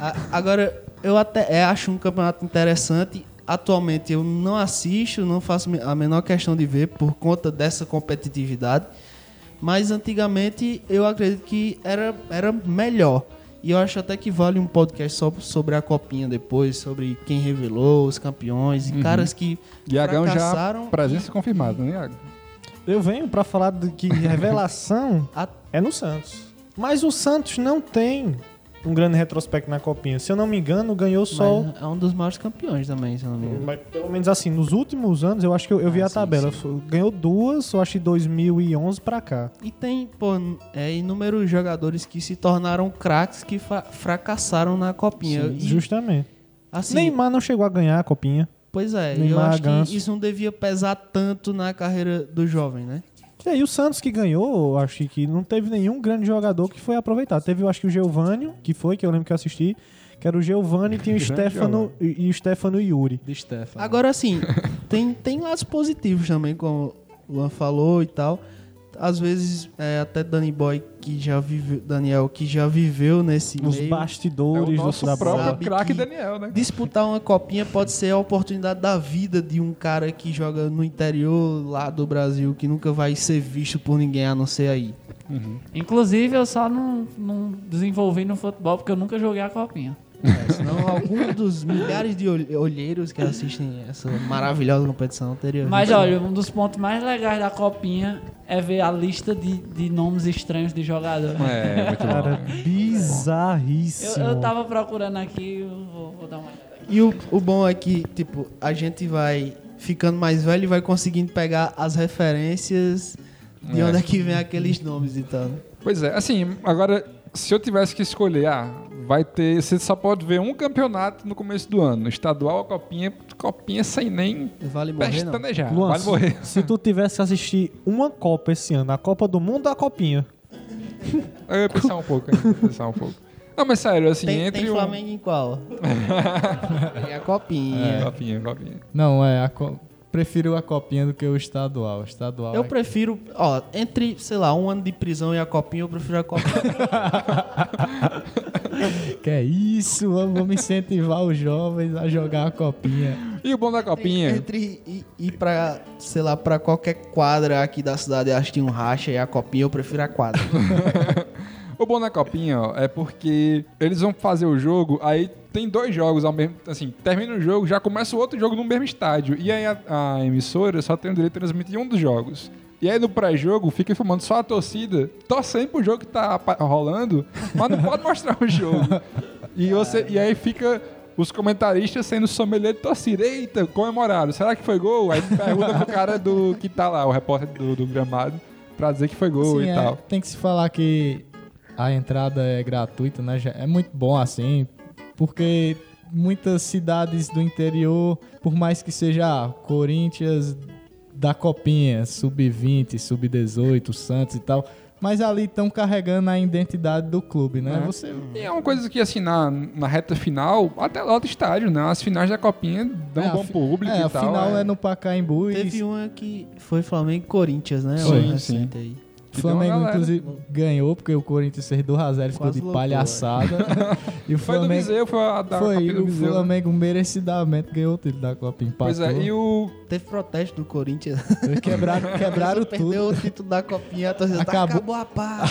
[SPEAKER 8] A- Agora, eu até é, acho um campeonato interessante. Atualmente eu não assisto, não faço me- a menor questão de ver por conta dessa competitividade. Mas antigamente eu acredito que era, era melhor. E eu acho até que vale um podcast só sobre a copinha depois, sobre quem revelou, os campeões e caras que
[SPEAKER 7] Iagão já
[SPEAKER 8] fracassaram
[SPEAKER 7] presença confirmada, né, Iago?
[SPEAKER 4] Eu venho pra falar de que revelação
[SPEAKER 8] A-
[SPEAKER 4] é no Santos. Mas o Santos não tem um grande retrospecto na Copinha. Se eu não me engano, ganhou só.
[SPEAKER 8] mas é um dos maiores campeões também, se eu não me engano.
[SPEAKER 4] Mas pelo menos assim, nos últimos anos, eu acho que eu, eu vi
[SPEAKER 8] Ah,
[SPEAKER 4] a
[SPEAKER 8] sim,
[SPEAKER 4] tabela. Ganhou duas, eu acho, de 2011 pra cá.
[SPEAKER 8] E tem, pô, é, inúmeros jogadores que se tornaram craques que fa- fracassaram na copinha. E,
[SPEAKER 4] Justamente.
[SPEAKER 8] assim,
[SPEAKER 4] Neymar não chegou a ganhar a Copinha.
[SPEAKER 8] Pois é, e eu
[SPEAKER 4] Neymar,
[SPEAKER 8] acho
[SPEAKER 4] Ganso.
[SPEAKER 8] que isso não devia pesar tanto na carreira do jovem, né?
[SPEAKER 4] É, E aí o Santos que ganhou, eu acho que não teve nenhum grande jogador que foi aproveitado. Teve, eu acho que o Geovânio, que foi, que eu lembro que eu assisti, que era o Geovânio e tinha o Stefano e, e o Stefano Yuri.
[SPEAKER 9] De
[SPEAKER 8] É
[SPEAKER 9] Stefano.
[SPEAKER 8] Agora sim, tem, tem lados positivos também, como o Luan falou e tal. Às vezes, é, até Danny Boy, que já viveu, Daniel, que já viveu nesse
[SPEAKER 4] Os
[SPEAKER 8] meio,
[SPEAKER 7] É
[SPEAKER 4] bastidores
[SPEAKER 7] o
[SPEAKER 4] do-
[SPEAKER 7] nosso
[SPEAKER 4] da bola.
[SPEAKER 8] sabe
[SPEAKER 7] próprio craque
[SPEAKER 8] que-
[SPEAKER 7] Daniel, né?
[SPEAKER 8] disputar uma copinha pode ser a oportunidade da vida de um cara que joga no interior lá do Brasil, que nunca vai ser visto por ninguém a não ser aí.
[SPEAKER 3] Inclusive, eu só não, não desenvolvi no futebol porque eu nunca joguei a copinha.
[SPEAKER 8] É, senão algum dos milhares de olhe- olheiros que assistem essa maravilhosa competição teria
[SPEAKER 3] Mas
[SPEAKER 8] visto.
[SPEAKER 3] olha, um dos pontos mais legais da copinha é ver a lista de, de nomes estranhos de jogadores.
[SPEAKER 7] É, muito
[SPEAKER 4] Cara,
[SPEAKER 7] bom.
[SPEAKER 4] bizarríssimo.
[SPEAKER 3] Eu, eu tava procurando aqui, eu vou, vou dar uma olhada.
[SPEAKER 8] E o, o bom é que, tipo, a gente vai ficando mais velho e vai conseguindo pegar as referências De onde é que vem aqueles nomes e tal. né?
[SPEAKER 7] Pois é, assim, agora, se eu tivesse que escolher, ah, vai ter. Você só pode ver um campeonato no começo do ano. Estadual, copinha, copinha sem nem
[SPEAKER 8] Vale morrer, não.
[SPEAKER 7] pestanejar.
[SPEAKER 4] Luan,
[SPEAKER 7] Vale
[SPEAKER 4] se-
[SPEAKER 7] morrer.
[SPEAKER 4] se tu tivesse que assistir uma Copa esse ano, a Copa do Mundo ou a Copinha?
[SPEAKER 7] Eu ia pensar um pouco, eu ia pensar um pouco. Não, mas sério, assim,
[SPEAKER 8] Tem,
[SPEAKER 7] entre
[SPEAKER 8] tem
[SPEAKER 7] o.
[SPEAKER 8] Flamengo em qual? e a copinha.
[SPEAKER 7] É, Copinha, copinha.
[SPEAKER 9] Não, é. a co- Prefiro a copinha do que o estadual. O estadual
[SPEAKER 8] Eu
[SPEAKER 9] é-
[SPEAKER 8] prefiro, ó, entre, sei lá, um ano de prisão e a copinha, eu prefiro a copinha.
[SPEAKER 9] Que é isso, vamos, vamos incentivar os jovens a jogar a copinha.
[SPEAKER 7] E o bom da
[SPEAKER 8] é,
[SPEAKER 7] copinha?
[SPEAKER 8] entre e- ir pra, sei lá, pra qualquer quadra aqui da cidade e assistir um racha e a copinha, eu prefiro a quadra.
[SPEAKER 7] O bom da copinha, ó, é porque eles vão fazer o jogo, aí tem dois jogos ao mesmo assim, termina o jogo, já começa o outro jogo no mesmo estádio. E aí a, a emissora só tem o direito de transmitir um dos jogos. E aí no pré-jogo fica filmando só a torcida, torcendo pro jogo que tá pa- rolando, mas não pode mostrar o jogo. E, você, e aí fica os comentaristas sendo sommelier de torcida. Eita, comemoraram. Será que foi gol? Aí pergunta pro cara do que tá lá, o repórter do, do gramado, pra dizer que foi gol
[SPEAKER 9] Assim,
[SPEAKER 7] e
[SPEAKER 9] é,
[SPEAKER 7] tal.
[SPEAKER 9] tem que se falar que a entrada é gratuita, né? Já É muito bom assim, porque muitas cidades do interior, por mais que seja ah, Corinthians da Copinha, sub-20, sub-18, Santos e tal, mas ali estão carregando a identidade do clube, né? Você
[SPEAKER 7] E é uma coisa que, assim, na, na reta final, até lota estádio, né? As finais da Copinha dão
[SPEAKER 9] É, a
[SPEAKER 7] um bom
[SPEAKER 9] fi-
[SPEAKER 7] público
[SPEAKER 9] é,
[SPEAKER 7] e
[SPEAKER 9] a
[SPEAKER 7] tal.
[SPEAKER 9] final é. no Pacaembu e
[SPEAKER 7] um
[SPEAKER 8] Teve uma que foi Flamengo e Corinthians, né?
[SPEAKER 7] Sim,
[SPEAKER 8] Uma
[SPEAKER 7] sim.
[SPEAKER 8] recente Aí.
[SPEAKER 9] O Flamengo,
[SPEAKER 7] Então, galera,
[SPEAKER 9] inclusive, ganhou, porque o Corinthians fez 2x0 ficou
[SPEAKER 8] Quase
[SPEAKER 9] de
[SPEAKER 8] lotou,
[SPEAKER 9] palhaçada. e o
[SPEAKER 7] Foi do
[SPEAKER 9] Flamengo.
[SPEAKER 7] Viseu, foi a da
[SPEAKER 9] Foi,
[SPEAKER 7] Copinha do
[SPEAKER 9] o
[SPEAKER 7] Viseu. né?
[SPEAKER 9] Flamengo merecidamente ganhou o título da Copa Empatou.
[SPEAKER 7] Pois é, e o...
[SPEAKER 8] Teve protesto do Corinthians.
[SPEAKER 9] Quebraram, quebraram
[SPEAKER 8] Perdeu
[SPEAKER 9] tudo.
[SPEAKER 8] o título da copinha, a torcida tá, acabou
[SPEAKER 9] Acabou.
[SPEAKER 8] a paz.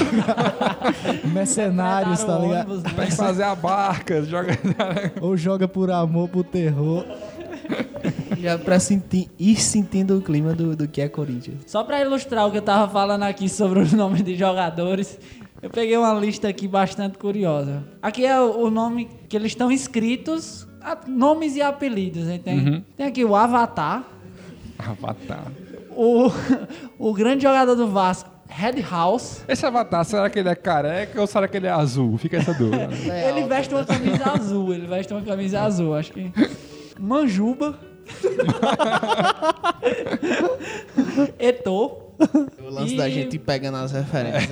[SPEAKER 9] Mercenários, tá
[SPEAKER 3] Pararam o
[SPEAKER 9] ligado?
[SPEAKER 3] ônibus, né?
[SPEAKER 7] Tem que fazer a barca, joga...
[SPEAKER 9] Ou joga por amor, por terror.
[SPEAKER 8] Já pra sentir, ir sentindo o clima do, do que é Corinthians.
[SPEAKER 3] Só pra ilustrar o que eu tava falando aqui sobre os nomes de jogadores, eu peguei uma lista aqui bastante curiosa. Aqui é o o nome que eles estão escritos, a- nomes e apelidos, hein? Tem, tem aqui o Avatar,
[SPEAKER 7] Avatar.
[SPEAKER 3] o, o grande jogador do Vasco, Red House.
[SPEAKER 7] Esse Avatar, será que ele é careca ou será que ele é azul? Fica essa dúvida. né?
[SPEAKER 3] ele veste uma camisa azul, ele veste uma camisa azul, acho que. Manjuba. Etô.
[SPEAKER 8] O lance da
[SPEAKER 3] E-
[SPEAKER 8] gente pegando as referências.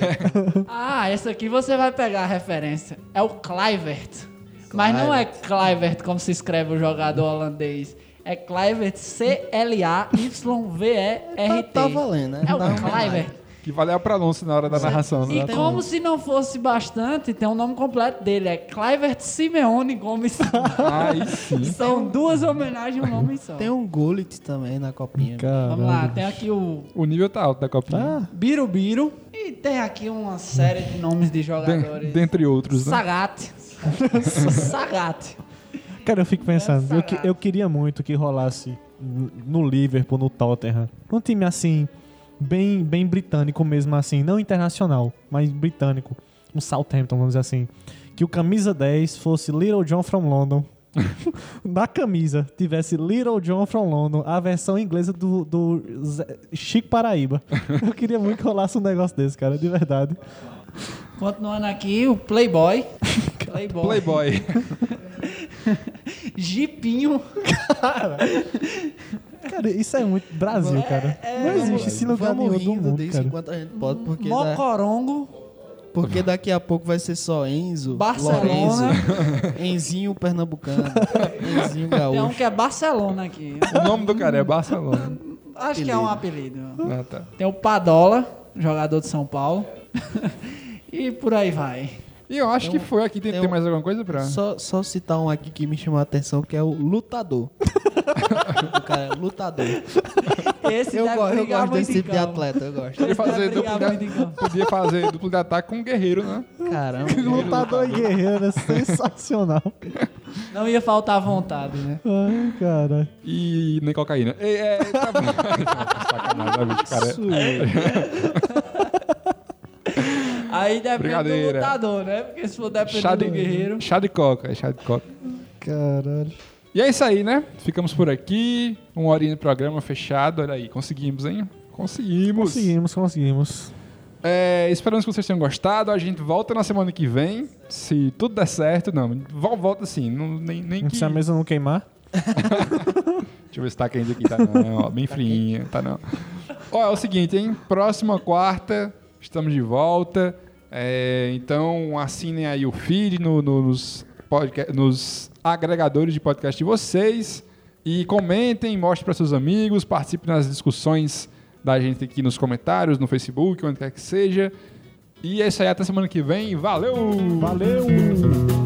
[SPEAKER 3] Ah, essa aqui você vai pegar a referência. É o Kluivert. Mas não é Kluivert como se escreve o jogador holandês. É Kluivert,
[SPEAKER 8] Tá,
[SPEAKER 3] C-L-A-Y-V-E-R-T.
[SPEAKER 8] tá valendo, né?
[SPEAKER 3] É o
[SPEAKER 8] Dá uma
[SPEAKER 3] Kluivert.
[SPEAKER 7] que vale a pronúncia na hora da narração, né?
[SPEAKER 3] E como se não fosse bastante, tem o nome completo dele. É Kluivert Simeone Gomes.
[SPEAKER 7] Aí sim.
[SPEAKER 3] São duas homenagens a um nome só.
[SPEAKER 8] Tem um Gullit também na copinha.
[SPEAKER 3] Vamos lá, tem aqui o
[SPEAKER 7] O nível tá alto da Copinha.
[SPEAKER 9] Ah.
[SPEAKER 3] Birubiru. E tem aqui uma série de nomes de
[SPEAKER 7] Den-
[SPEAKER 3] jogadores.
[SPEAKER 7] dentre outros, né?
[SPEAKER 3] Sagat. Sagat.
[SPEAKER 4] Cara, eu fico pensando, eu, que- eu queria muito que rolasse n- no Liverpool, no Tottenham. Um time assim, bem, bem britânico mesmo assim, não internacional, mas britânico. Um Southampton, vamos dizer assim. Que o camisa 10 fosse Little John from London. Na camisa tivesse Little John from London, a versão inglesa do, do Zé- Chico Paraíba. Eu queria muito que rolasse um negócio desse, cara, de verdade.
[SPEAKER 3] Continuando aqui, o Playboy. Playboy.
[SPEAKER 7] Playboy.
[SPEAKER 3] Jipinho.
[SPEAKER 4] Cara, isso é muito Brasil, cara. não existe esse lugar
[SPEAKER 8] é, Vamos
[SPEAKER 4] nenhum do
[SPEAKER 8] rindo
[SPEAKER 4] mundo,
[SPEAKER 8] disso
[SPEAKER 4] cara.
[SPEAKER 8] enquanto a gente pode, porque, da-
[SPEAKER 3] Mocorongo.
[SPEAKER 8] porque daqui a pouco vai ser só Enzo,
[SPEAKER 3] Barcelona.
[SPEAKER 8] Lorenzo, Enzinho pernambucano, Enzinho
[SPEAKER 3] Tem um
[SPEAKER 8] gaúcho.
[SPEAKER 3] que é Barcelona aqui.
[SPEAKER 7] O nome do cara é Barcelona.
[SPEAKER 3] Acho que é um apelido.
[SPEAKER 7] Ah, tá.
[SPEAKER 3] Tem o Padola, jogador de São Paulo. e por aí vai.
[SPEAKER 7] E eu acho
[SPEAKER 9] Então,
[SPEAKER 7] que foi aqui. Tem,
[SPEAKER 8] tem
[SPEAKER 7] tem
[SPEAKER 8] um-
[SPEAKER 7] mais alguma coisa pra...
[SPEAKER 8] Só, só citar um aqui que me chamou a atenção, que é o lutador. o cara é lutador.
[SPEAKER 3] Esse
[SPEAKER 8] Eu,
[SPEAKER 3] deve
[SPEAKER 8] go- eu
[SPEAKER 3] brigar
[SPEAKER 8] gosto
[SPEAKER 3] muito
[SPEAKER 8] desse
[SPEAKER 3] em
[SPEAKER 8] tipo de
[SPEAKER 3] campo.
[SPEAKER 8] atleta, eu gosto.
[SPEAKER 7] Podia fazer,
[SPEAKER 3] Deve brigar
[SPEAKER 7] duplo de,
[SPEAKER 3] muito em campo.
[SPEAKER 7] podia fazer duplo de ataque com um guerreiro, né?
[SPEAKER 8] Caramba.
[SPEAKER 4] Lutador e tá guerreiro, é sensacional.
[SPEAKER 3] Não ia faltar vontade, né?
[SPEAKER 4] Ai, cara.
[SPEAKER 7] E nem cocaína. E, é, tá bom. Sacanagem, né, bicho, cara?
[SPEAKER 3] Aí depende do
[SPEAKER 7] Brincadeira.
[SPEAKER 3] lutador, né? Porque se for depender
[SPEAKER 7] Chá de,
[SPEAKER 3] do guerreiro.
[SPEAKER 7] chá de coca, é chá de coca.
[SPEAKER 4] Caralho.
[SPEAKER 7] E é isso aí, né? Ficamos por aqui. Uma horinha de programa fechado. Olha aí, conseguimos, hein? Conseguimos.
[SPEAKER 4] Conseguimos, conseguimos.
[SPEAKER 7] É, esperamos que vocês tenham gostado. A gente volta na semana que vem. Se tudo der certo, não. vol- Volta sim. Não, nem, nem que...
[SPEAKER 4] Se
[SPEAKER 7] Deixa
[SPEAKER 4] a mesa não queimar,
[SPEAKER 7] eu ver se tá quente aqui. Tá não, ó, bem friinha. Tá não. Ó, é o seguinte, hein? Próxima quarta, estamos de volta. É, então assinem aí o feed no- no- nos, podca- nos agregadores de podcast de vocês. E comentem, mostrem para seus amigos, participem nas discussões da gente aqui nos comentários, no Facebook, onde quer que seja. E é isso aí, até semana que vem. Valeu!
[SPEAKER 4] valeu!